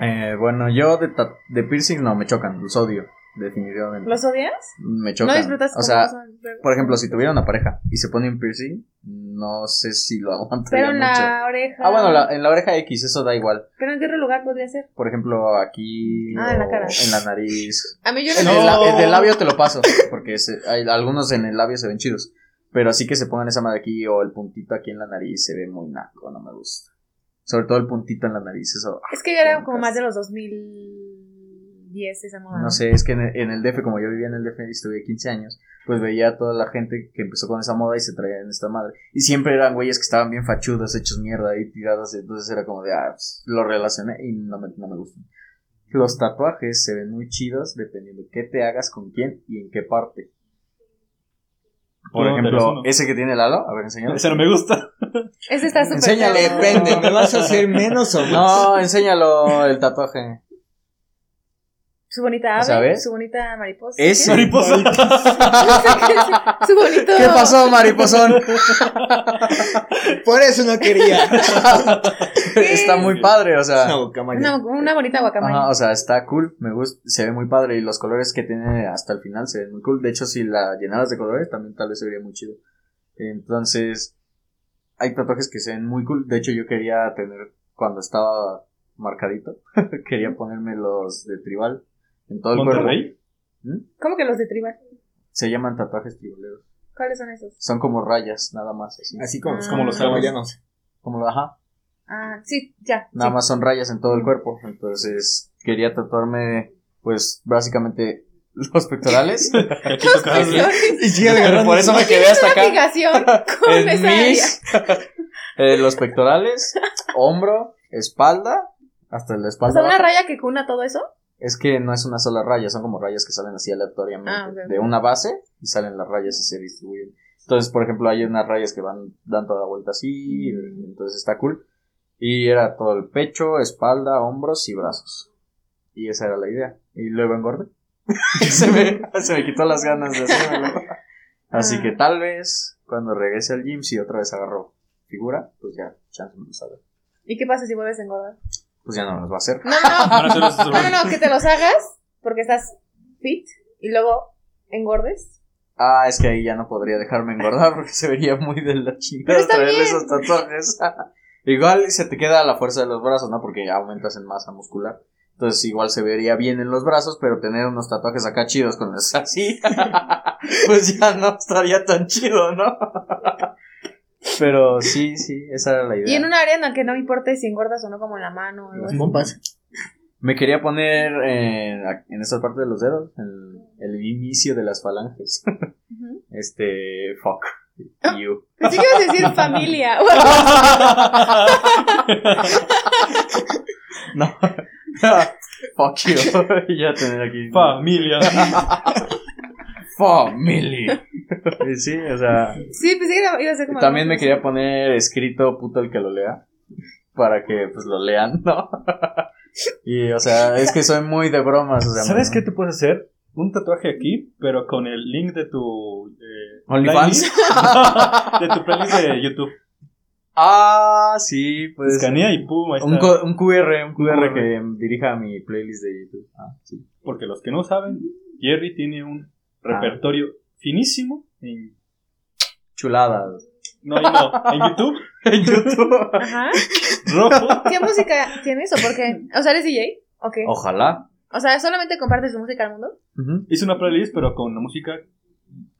Speaker 2: Eh, bueno, yo de, ta- de piercing no me chocan, los odio, definitivamente.
Speaker 1: ¿Los odias?
Speaker 2: Me
Speaker 1: ¿No
Speaker 2: chocan.
Speaker 1: disfrutas
Speaker 2: o
Speaker 1: cómo
Speaker 2: sea,
Speaker 1: son?
Speaker 2: por ejemplo, si tuviera una pareja y se pone un piercing, no sé si lo [laughs] aguantaría
Speaker 1: Pero en
Speaker 2: mucho.
Speaker 1: la oreja.
Speaker 2: Ah, bueno, la- en la oreja X, eso da igual.
Speaker 1: ¿Pero en qué otro lugar podría ser?
Speaker 2: Por ejemplo, aquí.
Speaker 1: Ah, en la
Speaker 2: o
Speaker 1: cara.
Speaker 2: En la nariz.
Speaker 1: A mí yo
Speaker 2: En
Speaker 1: no...
Speaker 2: el,
Speaker 4: No.
Speaker 2: la- el del labio te lo paso. Porque se- hay, algunos en el labio se ven chidos. Pero así que se pongan esa madre aquí o el puntito aquí en la nariz se ve muy naco, no me gusta. Sobre todo el puntito en la nariz, eso.
Speaker 1: Es que yo era como más de los 2010 esa moda.
Speaker 2: Pues, No sé, es que en el, en el DF, como yo vivía en el DF y estuve 15 años, pues veía a toda la gente que empezó con esa moda y se traía en esta madre. Y siempre eran güeyes que estaban bien fachudas, hechos mierda ahí tiradas. Entonces era como de, ah, pues, lo relacioné y no me, no me gustan. Los tatuajes se ven muy chidos dependiendo qué te hagas, con quién y en qué parte. Por
Speaker 4: Tú no te hagas
Speaker 2: ejemplo, eh,
Speaker 4: uno.
Speaker 2: ese que tiene Lalo, a ver, enséñalo.
Speaker 4: Ese no me gusta.
Speaker 1: Ese está súper...
Speaker 2: Enséñale,
Speaker 1: feo.
Speaker 3: Depende, ¿me vas a hacer menos o más?
Speaker 2: No, enséñalo el tatuaje.
Speaker 1: Su bonita ave,
Speaker 2: ¿Sabes?
Speaker 1: su bonita mariposa.
Speaker 2: Ese.
Speaker 1: ¿Qué? [laughs] Su bonito...
Speaker 2: ¿Qué pasó, mariposón?
Speaker 3: Por eso no quería.
Speaker 2: Está muy padre, o sea.
Speaker 3: Una guacamaya.
Speaker 1: Una, una bonita guacamaya.
Speaker 2: Ajá, o sea, está cool, me gusta, se ve muy padre y los colores que tiene hasta el final se ven muy cool. De hecho, si la llenaras de colores también tal vez se vería muy chido. Entonces, hay tatuajes que se ven muy cool. De hecho, yo quería tener cuando estaba marcadito, [laughs] quería ponerme los de tribal en todo el cuerpo.
Speaker 4: ¿Monterrey?
Speaker 1: ¿Cómo que los de tribal?
Speaker 2: Se llaman tatuajes tribaleros.
Speaker 1: ¿Cuáles son esos?
Speaker 2: Son como rayas, nada más así.
Speaker 3: Así como, pues,
Speaker 1: Ah.
Speaker 3: como los hawaianos.
Speaker 2: Como lo ajá.
Speaker 1: Ah, sí, ya.
Speaker 2: Nada
Speaker 1: sí. [laughs]
Speaker 2: más son rayas en todo el cuerpo. Entonces, quería tatuarme, pues, básicamente los pectorales.
Speaker 4: Aquí tocaba.
Speaker 1: Flores.
Speaker 3: Y sigue
Speaker 2: Pero
Speaker 3: agarrando.
Speaker 2: por eso [laughs] me quedé
Speaker 1: ¿Tienes
Speaker 2: hasta
Speaker 1: una
Speaker 2: acá. [laughs]
Speaker 1: fijación con
Speaker 2: En
Speaker 1: esa área?
Speaker 2: mis, [laughs] eh, los pectorales, hombro, espalda, hasta la
Speaker 1: O
Speaker 2: espalda.
Speaker 1: sea, una
Speaker 2: abajo.
Speaker 1: raya que cuna todo eso.
Speaker 2: Es que no es una sola raya, son como rayas que salen así aleatoriamente
Speaker 1: Ah, ok.
Speaker 2: de una base y salen las rayas y se distribuyen. Entonces, por ejemplo, hay unas rayas que van dan toda la vuelta así,
Speaker 1: Mm.
Speaker 2: entonces está cool. Y era todo el pecho, espalda, hombros y brazos. Y esa era la idea. Y luego engordé. [laughs] se, me, se me quitó las ganas de
Speaker 1: [laughs]
Speaker 2: hacerlo. Así
Speaker 1: Ah.
Speaker 2: que tal vez cuando regrese al gym, si otra vez agarro figura, pues ya, chance me los haga.
Speaker 1: ¿Y qué pasa si vuelves a engordar?
Speaker 2: Pues ya no me los va a hacer.
Speaker 1: No, no,
Speaker 4: Van a hacer
Speaker 2: Ah,
Speaker 4: esos
Speaker 1: no, no, no, que te los hagas porque estás fit y luego engordes.
Speaker 2: Ah, es que ahí ya no podría dejarme engordar porque se vería muy de la
Speaker 1: Pero
Speaker 2: chingada
Speaker 1: está
Speaker 2: traerle
Speaker 1: bien.
Speaker 2: esos [laughs] tatuajes. Igual se te queda la fuerza de los brazos, ¿no? Porque aumentas en masa muscular. Entonces igual se vería bien en los brazos, pero tener unos tatuajes acá chidos con las así, [laughs] pues ya no estaría tan chido, ¿no? [laughs] pero sí, sí, esa era la idea.
Speaker 1: Y en un área en la que no me importe si engordas o no, como en la mano. o algo
Speaker 3: Las
Speaker 1: así.
Speaker 3: pompas.
Speaker 2: Me quería poner eh, ac- en esa parte de los dedos, el, el inicio de las falanges. [laughs]
Speaker 1: Ujú.
Speaker 2: Este, fuck. You.
Speaker 1: Pensé que ibas a decir
Speaker 2: [laughs]
Speaker 1: familia.
Speaker 2: No. [laughs] fuck you. [laughs] Y ya tener aquí.
Speaker 4: Familia.
Speaker 2: Family. Y sí, o sea.
Speaker 1: sí, pensé que iba a ser como.
Speaker 2: También me quería poner escrito puto el que lo lea. Para que pues lo lean, ¿no? [laughs] Y o sea, es que soy muy de bromas. O sea,
Speaker 4: ¿Sabes
Speaker 2: no-
Speaker 4: qué te puedes hacer? Un tatuaje aquí, pero con el link de tu. eh,
Speaker 2: OnlyFans.
Speaker 4: playlist. [laughs] de tu playlist
Speaker 2: [laughs]
Speaker 4: de YouTube.
Speaker 2: Ah, sí, pues.
Speaker 4: Escanea y pum, ahí
Speaker 2: Un,
Speaker 4: está.
Speaker 2: co- un QR, un QR,
Speaker 4: QR.
Speaker 2: que dirija a mi playlist de YouTube. Ah, sí.
Speaker 4: Porque los que no saben, Jerry tiene un repertorio finísimo en.
Speaker 2: Chuladas.
Speaker 4: No, ahí no, en YouTube,
Speaker 2: [laughs] En YouTube.
Speaker 1: Ajá.
Speaker 4: rojo.
Speaker 1: ¿Qué música tienes o por qué? O sea, ¿eres DJ? ¿O qué?
Speaker 2: Oh. Ojalá.
Speaker 1: O sea, ¿solamente compartes tu música al mundo?
Speaker 2: Ujú.
Speaker 4: Hice una playlist, pero con la música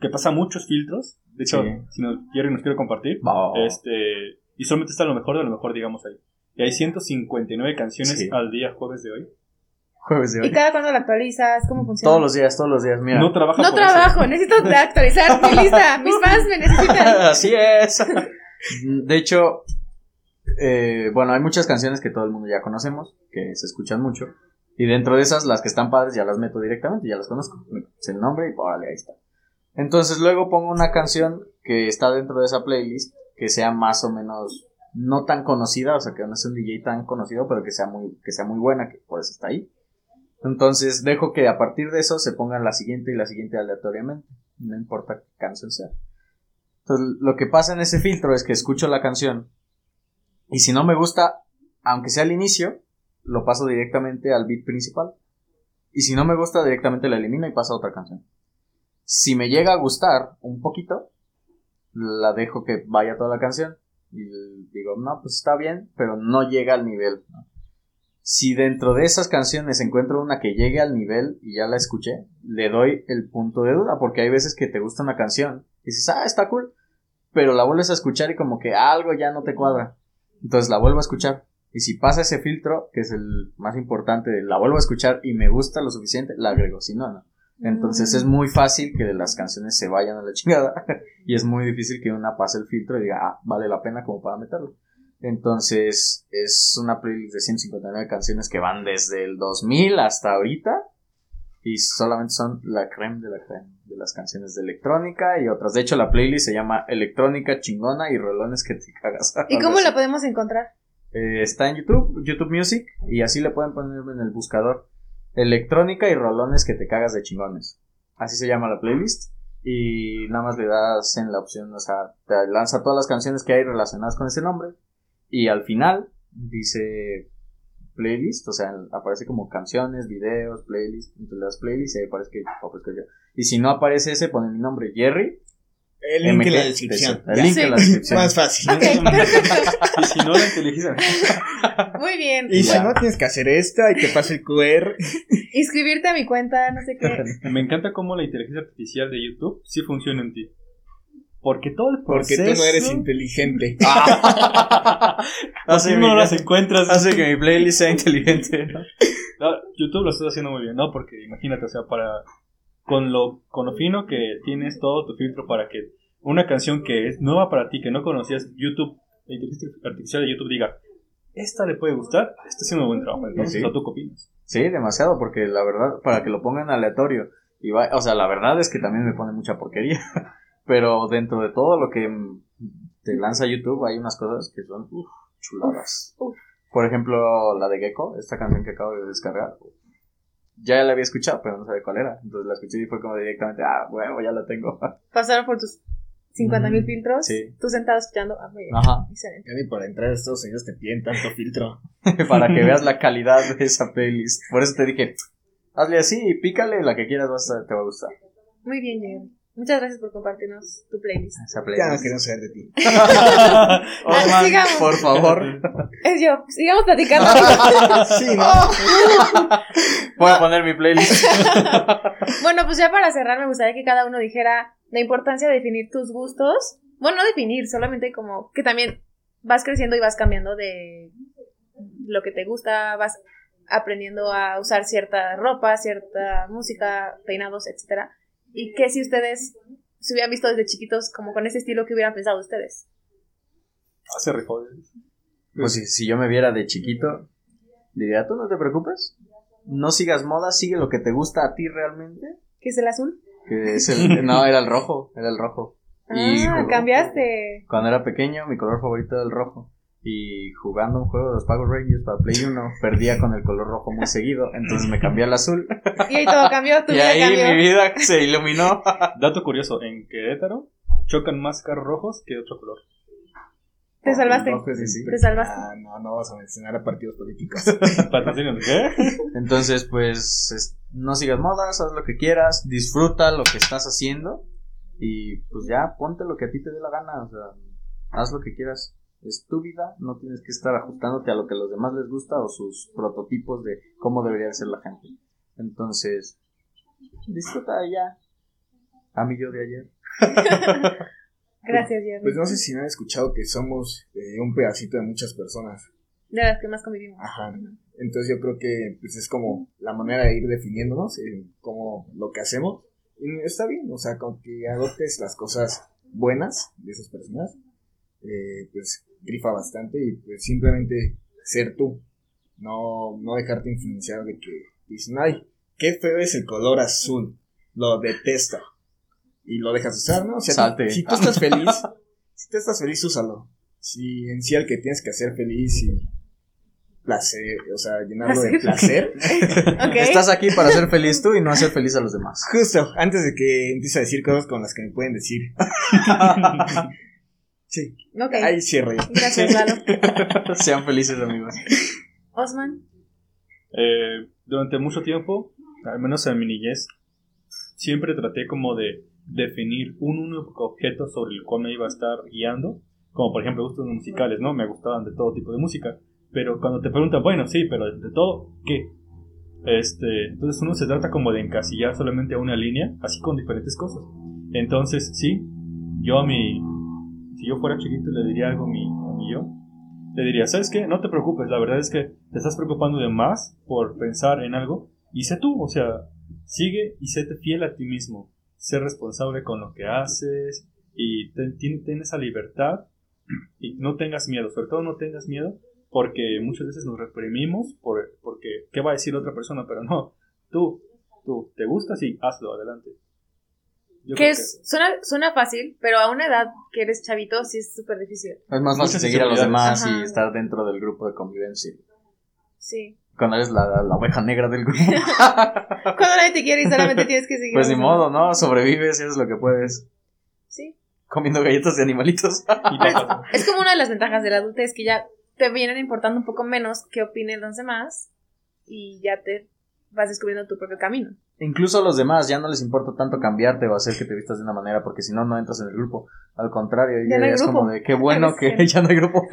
Speaker 4: que pasa muchos filtros. De hecho,
Speaker 2: Sí. Oh.
Speaker 4: si nos, Jerry nos quiere compartir.
Speaker 2: Va.
Speaker 4: Este, y solamente está lo mejor de lo mejor, digamos ahí. Y hay 159 canciones
Speaker 2: Sí.
Speaker 4: al día jueves de hoy.
Speaker 2: Jueves de
Speaker 1: ¿Y
Speaker 2: hoy.
Speaker 1: cada cuándo la actualizas? ¿Cómo funciona?
Speaker 2: Todos los días, todos los días, mira.
Speaker 4: No trabaja
Speaker 1: No
Speaker 4: por eso.
Speaker 1: trabajo, necesito de actualizar mi lista. Mis fans me necesitan.
Speaker 2: [laughs] Así es. De hecho, eh, bueno, hay muchas canciones que todo el mundo ya conocemos, que se escuchan mucho. Y dentro de esas, las que están padres ya las meto directamente, ya las conozco. Es el nombre y órale, ahí está. Entonces luego pongo una canción que está dentro de esa playlist, que sea más o menos no tan conocida, o sea, que no es un DJ tan conocido, pero que sea muy, que sea muy buena, que por eso está ahí. Entonces dejo que a partir de eso se pongan la siguiente y la siguiente aleatoriamente, no importa qué canción sea. Entonces, lo que pasa en ese filtro es que escucho la canción y si no me gusta, aunque sea al inicio, lo paso directamente al beat principal. Y si no me gusta, directamente la elimino y paso a otra canción. Si me llega a gustar un poquito, la dejo que vaya toda la canción. Y digo, no, pues está bien, pero no llega al nivel. ¿no? Si dentro de esas canciones encuentro una que llegue al nivel y ya la escuché, le doy el punto de duda, porque hay veces que te gusta una canción y dices, ah, está cool, pero la vuelves a escuchar y como que algo ya no te cuadra. Entonces la vuelvo a escuchar. Y si pasa ese filtro, que es el más importante, de la vuelvo a escuchar y me gusta lo suficiente, la agrego, si no, no. Entonces
Speaker 1: Mm.
Speaker 2: es muy fácil que las canciones se vayan a la chingada [laughs] y es muy difícil que una pase el filtro y diga, ah, vale la pena como para meterlo. Entonces es una playlist de 159 canciones que van desde el 2000 hasta ahorita y solamente son la creme de la creme de las canciones de electrónica y otras. De hecho la playlist se llama Electrónica chingona y rolones que te cagas.
Speaker 1: ¿Y cómo la podemos encontrar?
Speaker 2: Eh, está en YouTube, YouTube Music, y así le pueden poner en el buscador. Electrónica y rolones que te cagas de chingones. Así se llama la playlist. Y nada más le das en la opción, o sea, te lanza todas las canciones que hay relacionadas con ese nombre. Y al final dice playlist, o sea, aparece como canciones, videos, playlist. Entonces le das playlist y ahí aparece que aparezco yo. Y si no aparece ese, pone mi nombre, Jerry.
Speaker 3: El link en la
Speaker 2: MK.
Speaker 3: descripción.
Speaker 2: El link en la
Speaker 1: Sí.
Speaker 2: descripción.
Speaker 3: Más fácil.
Speaker 1: Ok, perfecto.
Speaker 4: Y si no la inteligencia.
Speaker 1: [laughs] Muy bien.
Speaker 3: Y si
Speaker 2: Ya.
Speaker 3: no tienes que hacer esta y te pasa el QR.
Speaker 1: Inscribirte a mi cuenta, no sé qué.
Speaker 4: Me encanta cómo la inteligencia artificial de YouTube sí funciona en ti. Porque todo el
Speaker 3: Porque
Speaker 4: proceso.
Speaker 3: tú no eres [laughs] inteligente.
Speaker 4: Así
Speaker 3: Ah.
Speaker 2: Hace
Speaker 4: no
Speaker 2: mi-
Speaker 4: las encuentras.
Speaker 3: [laughs]
Speaker 2: Hace que mi playlist sea inteligente. ¿no?
Speaker 4: No, Ah, YouTube lo estás haciendo muy bien, ¿no? Porque imagínate, o sea, para. Con lo, con lo fino que tienes todo tu filtro para que una canción que es nueva para ti, que no conocías, YouTube, la inteligencia artificial de YouTube diga, esta le puede gustar, está haciendo un buen trabajo. Entonces,
Speaker 2: Sí.
Speaker 4: ¿o ¿tú qué opinas?
Speaker 2: Sí, demasiado, porque la verdad, para que lo pongan aleatorio. Y va- o sea, la verdad es que también me pone mucha porquería. [laughs] Pero dentro de todo lo que mm, te lanza YouTube, hay unas cosas que son uf, chuladas.
Speaker 1: Uf,
Speaker 2: Por ejemplo, la de Gecko, esta canción que acabo de descargar. Ya la había escuchado, pero no sabía cuál era. Entonces la escuché y fue como directamente, ah, huevo, ya la tengo. [laughs]
Speaker 1: Pasaron por tus 50 mil
Speaker 2: Mm,
Speaker 1: filtros.
Speaker 2: sí.
Speaker 1: Tú sentado escuchando. Ah, muy bien.
Speaker 2: Ajá.
Speaker 1: Excelente.
Speaker 3: Ya ni para entrar a Estados Unidos te piden tanto filtro.
Speaker 2: [laughs] para que veas
Speaker 3: [laughs]
Speaker 2: la calidad de esa playlist. Por eso te dije, hazle así y pícale la que quieras, vas a- te va a gustar.
Speaker 1: Muy bien, Jerry. Muchas gracias por compartirnos tu playlist. Ah,
Speaker 2: Esa
Speaker 3: Ya no
Speaker 2: playlist.
Speaker 3: quiero saber de ti.
Speaker 2: Osman,
Speaker 1: sigamos.
Speaker 2: Oh, [laughs] por favor.
Speaker 1: Es yo, sigamos platicando.
Speaker 2: [laughs]
Speaker 3: Sí, ¿no?
Speaker 2: Voy a poner mi
Speaker 3: [laughs]
Speaker 2: playlist.
Speaker 1: bueno, pues ya para cerrar, me gustaría que cada uno dijera la importancia de definir tus gustos. Bueno, no definir, solamente como que también vas creciendo y vas cambiando de lo que te gusta, vas aprendiendo a usar cierta ropa, cierta música, peinados, etcétera. Y que si ustedes se hubieran visto desde chiquitos como con ese estilo que hubieran pensado ustedes.
Speaker 4: Hace ah, rifó. ¿eh?
Speaker 2: Pues si, si yo me viera de chiquito, diría, tú no te preocupes. No sigas moda, sigue lo que te gusta a ti realmente.
Speaker 1: ¿Qué es el azul?
Speaker 2: Que es
Speaker 3: [laughs]
Speaker 2: el... No, era el rojo, era el rojo. Y
Speaker 1: ah,
Speaker 2: jugó-
Speaker 1: cambiaste.
Speaker 2: Cuando era pequeño, mi color favorito era el rojo. Y jugando un juego de los Power Rangers para Play 1, perdía con el color rojo muy seguido, entonces me cambié al azul.
Speaker 1: Y ahí todo cambió, [laughs] tu
Speaker 2: Y
Speaker 1: vida
Speaker 2: ahí
Speaker 1: cambió.
Speaker 2: mi vida se iluminó.
Speaker 4: Dato curioso, en Querétaro chocan más carros rojos que de otro color. [laughs]
Speaker 1: Te salvaste.
Speaker 3: Rojo es el
Speaker 2: pues, Sí, sí.
Speaker 1: Te salvaste.
Speaker 3: Ah, no, no vas a mencionar a partidos políticos.
Speaker 4: Patrocinios, ¿qué?
Speaker 2: Entonces, pues, es- no sigas modas, haz lo que quieras, disfruta lo que estás haciendo y pues ya, ponte lo que a ti te dé la gana, o sea, haz lo que quieras. Es tu vida, no tienes que estar ajustándote a lo que a los demás les gusta o sus prototipos de cómo debería de ser la gente. Entonces, disfruta de ya. A mí yo de ayer.
Speaker 1: Gracias, Jerry.
Speaker 3: Pues no sé si no han escuchado que somos eh, un pedacito de muchas personas.
Speaker 1: De las que más convivimos.
Speaker 3: Ajá. Entonces yo creo que pues, es como la manera de ir definiéndonos, eh, como lo que hacemos. Y está bien, o sea, con que adoptes las cosas buenas de esas personas, eh, pues grifa bastante y pues simplemente ser tú. No, no dejarte influenciar de que dicen, ay, qué feo es el color azul, lo detesto. Y lo dejas usar, ¿no? O sea,
Speaker 2: Salte.
Speaker 3: si tú estás feliz, si tú estás feliz, úsalo. Si en sí al que tienes que hacer feliz y placer, o sea, llenarlo de placer.
Speaker 1: Ok.
Speaker 2: Estás aquí para ser feliz tú y no hacer feliz a
Speaker 1: [laughs]
Speaker 2: los demás.
Speaker 3: Justo, antes de que empiece a decir cosas con las que me pueden decir. sí,
Speaker 1: Ok.
Speaker 3: ahí cierro yo.
Speaker 1: Gracias, Lalo.
Speaker 2: Sean felices, amigos.
Speaker 1: Osman,
Speaker 4: Eh, durante mucho tiempo, al menos en mi niñez, siempre traté como de definir un único objeto sobre el cual me iba a estar guiando, como por ejemplo gustos musicales, ¿no? Me gustaban de todo tipo de música, pero cuando te preguntan, bueno, sí, pero de todo, ¿qué? Este, entonces uno se trata como de encasillar solamente a una línea, así con diferentes cosas. Entonces, sí, yo a mi, si yo fuera chiquito le diría algo a mi, a mi yo, le diría, ¿sabes qué? No te preocupes, la verdad es que te estás preocupando de más por pensar en algo y sé tú, o sea, sigue y séte fiel a ti mismo, sé responsable con lo que haces y ten, tien- ten esa libertad y no tengas miedo, sobre todo no tengas miedo porque muchas veces nos reprimimos por, porque ¿qué va a decir otra persona? Pero no, tú, tú, te gusta, sí, hazlo, adelante. Yo
Speaker 1: que
Speaker 4: creo
Speaker 1: es, suena, suena fácil, pero a una edad que eres chavito sí es súper difícil.
Speaker 2: Es más fácil
Speaker 4: Muchas
Speaker 2: seguir a los demás
Speaker 1: inseguridades.
Speaker 2: y
Speaker 1: Ajá.
Speaker 2: estar dentro del grupo de convivencia.
Speaker 1: Sí.
Speaker 2: Cuando eres la, la oveja negra
Speaker 1: [laughs]
Speaker 2: del grupo.
Speaker 1: Cuando nadie te quiere y solamente tienes
Speaker 2: [laughs]
Speaker 1: que seguir.
Speaker 2: Ah, Pues ni
Speaker 1: avanzando.
Speaker 2: modo, ¿no? Sobrevives y haces lo que puedes.
Speaker 1: Sí.
Speaker 2: Comiendo galletas de animalitos. [laughs]
Speaker 4: Y papas.
Speaker 1: Es como una de las ventajas de la adultez que ya te vienen importando un poco menos qué opinen los demás y ya te vas descubriendo tu propio camino.
Speaker 2: Incluso a los demás ya no les importa tanto cambiarte o hacer que te vistas de una manera porque si no, no entras en el grupo. Al contrario,
Speaker 1: Ya no hay
Speaker 2: es
Speaker 1: grupo.
Speaker 2: como de
Speaker 1: [laughs]
Speaker 2: qué bueno
Speaker 1: Eres
Speaker 2: que [laughs] ya no hay grupo.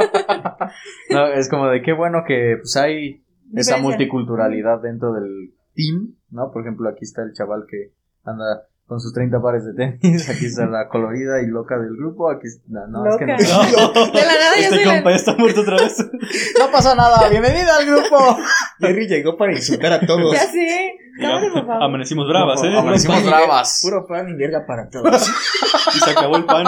Speaker 2: no, es como de qué bueno que pues hay esa
Speaker 1: Diferencia.
Speaker 2: multiculturalidad dentro del team, ¿no? Por ejemplo, aquí está el chaval que anda con sus 30 pares de tenis, aquí está la colorida y loca del grupo, aquí no, no, es que no.
Speaker 4: [laughs]
Speaker 1: Loca. De la nada yo
Speaker 4: este
Speaker 1: soy la-
Speaker 4: compa ya está muerto otra vez.
Speaker 2: [laughs] No pasó nada, bienvenida al grupo.
Speaker 3: Jerry llegó para insultar a todos.
Speaker 1: Ya sé. Cámate, por favor.
Speaker 4: Amanecimos bravas, ¿eh?
Speaker 2: Amanecimos bravas.
Speaker 3: Puro pan y verga para todos.
Speaker 4: Y se acabó el pan.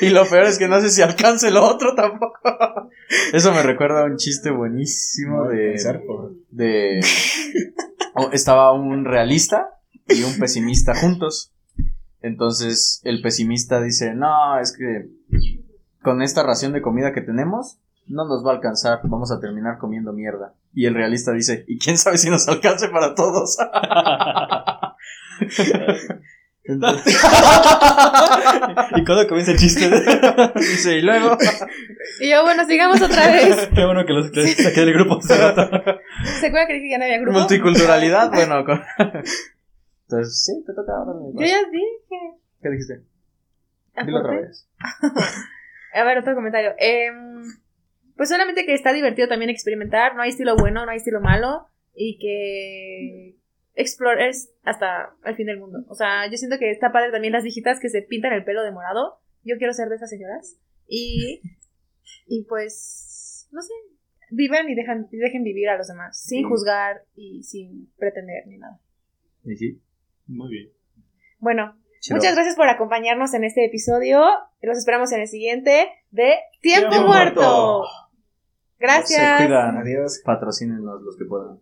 Speaker 2: Y lo peor es que no sé si alcance lo otro tampoco. Eso me recuerda a un chiste buenísimo
Speaker 3: Voy a
Speaker 2: de.
Speaker 3: pensar por-
Speaker 2: de o- estaba un realista y un pesimista juntos. Entonces el pesimista dice: No, es que con esta ración de comida que tenemos, no nos va a alcanzar. Vamos a terminar comiendo mierda. Y el realista dice: ¿Y quién sabe si nos alcance para todos? Entonces,
Speaker 4: [laughs] Y cuando comienza el chiste, [laughs]
Speaker 2: dice, y luego.
Speaker 1: Y yo, bueno, sigamos otra
Speaker 2: [laughs]
Speaker 1: vez.
Speaker 4: [laughs] qué bueno que los que saqué del grupo hace rato.
Speaker 1: ¿Se acuerdan que dije que ya no había grupo? [laughs]
Speaker 2: Multiculturalidad, bueno. con- [laughs] Entonces, sí, te toca ahora.
Speaker 1: Yo ya dije.
Speaker 2: ¿Qué dijiste? Dilo otra
Speaker 1: Aporte.
Speaker 2: vez.
Speaker 1: A ver, otro comentario. Em, pues solamente que está divertido también experimentar. No hay estilo bueno, no hay estilo malo. Y que explores hasta el fin del mundo. O sea, yo siento que está padre también las viejitas que se pintan el pelo de morado. Yo quiero ser de esas señoras. Y, y pues, no sé, vivan y, dejan, y dejen vivir a los demás. Sin juzgar y sin pretender ni nada.
Speaker 2: Y sí.
Speaker 4: Muy bien.
Speaker 1: Bueno,
Speaker 2: chido.
Speaker 1: muchas gracias por acompañarnos en este episodio. Los esperamos en el siguiente de Tiempo,
Speaker 4: Tiempo
Speaker 1: Muerto.
Speaker 4: Muerto.
Speaker 1: Gracias.
Speaker 2: Se cuidan.
Speaker 3: Adiós.
Speaker 2: Patrocínenos los que puedan.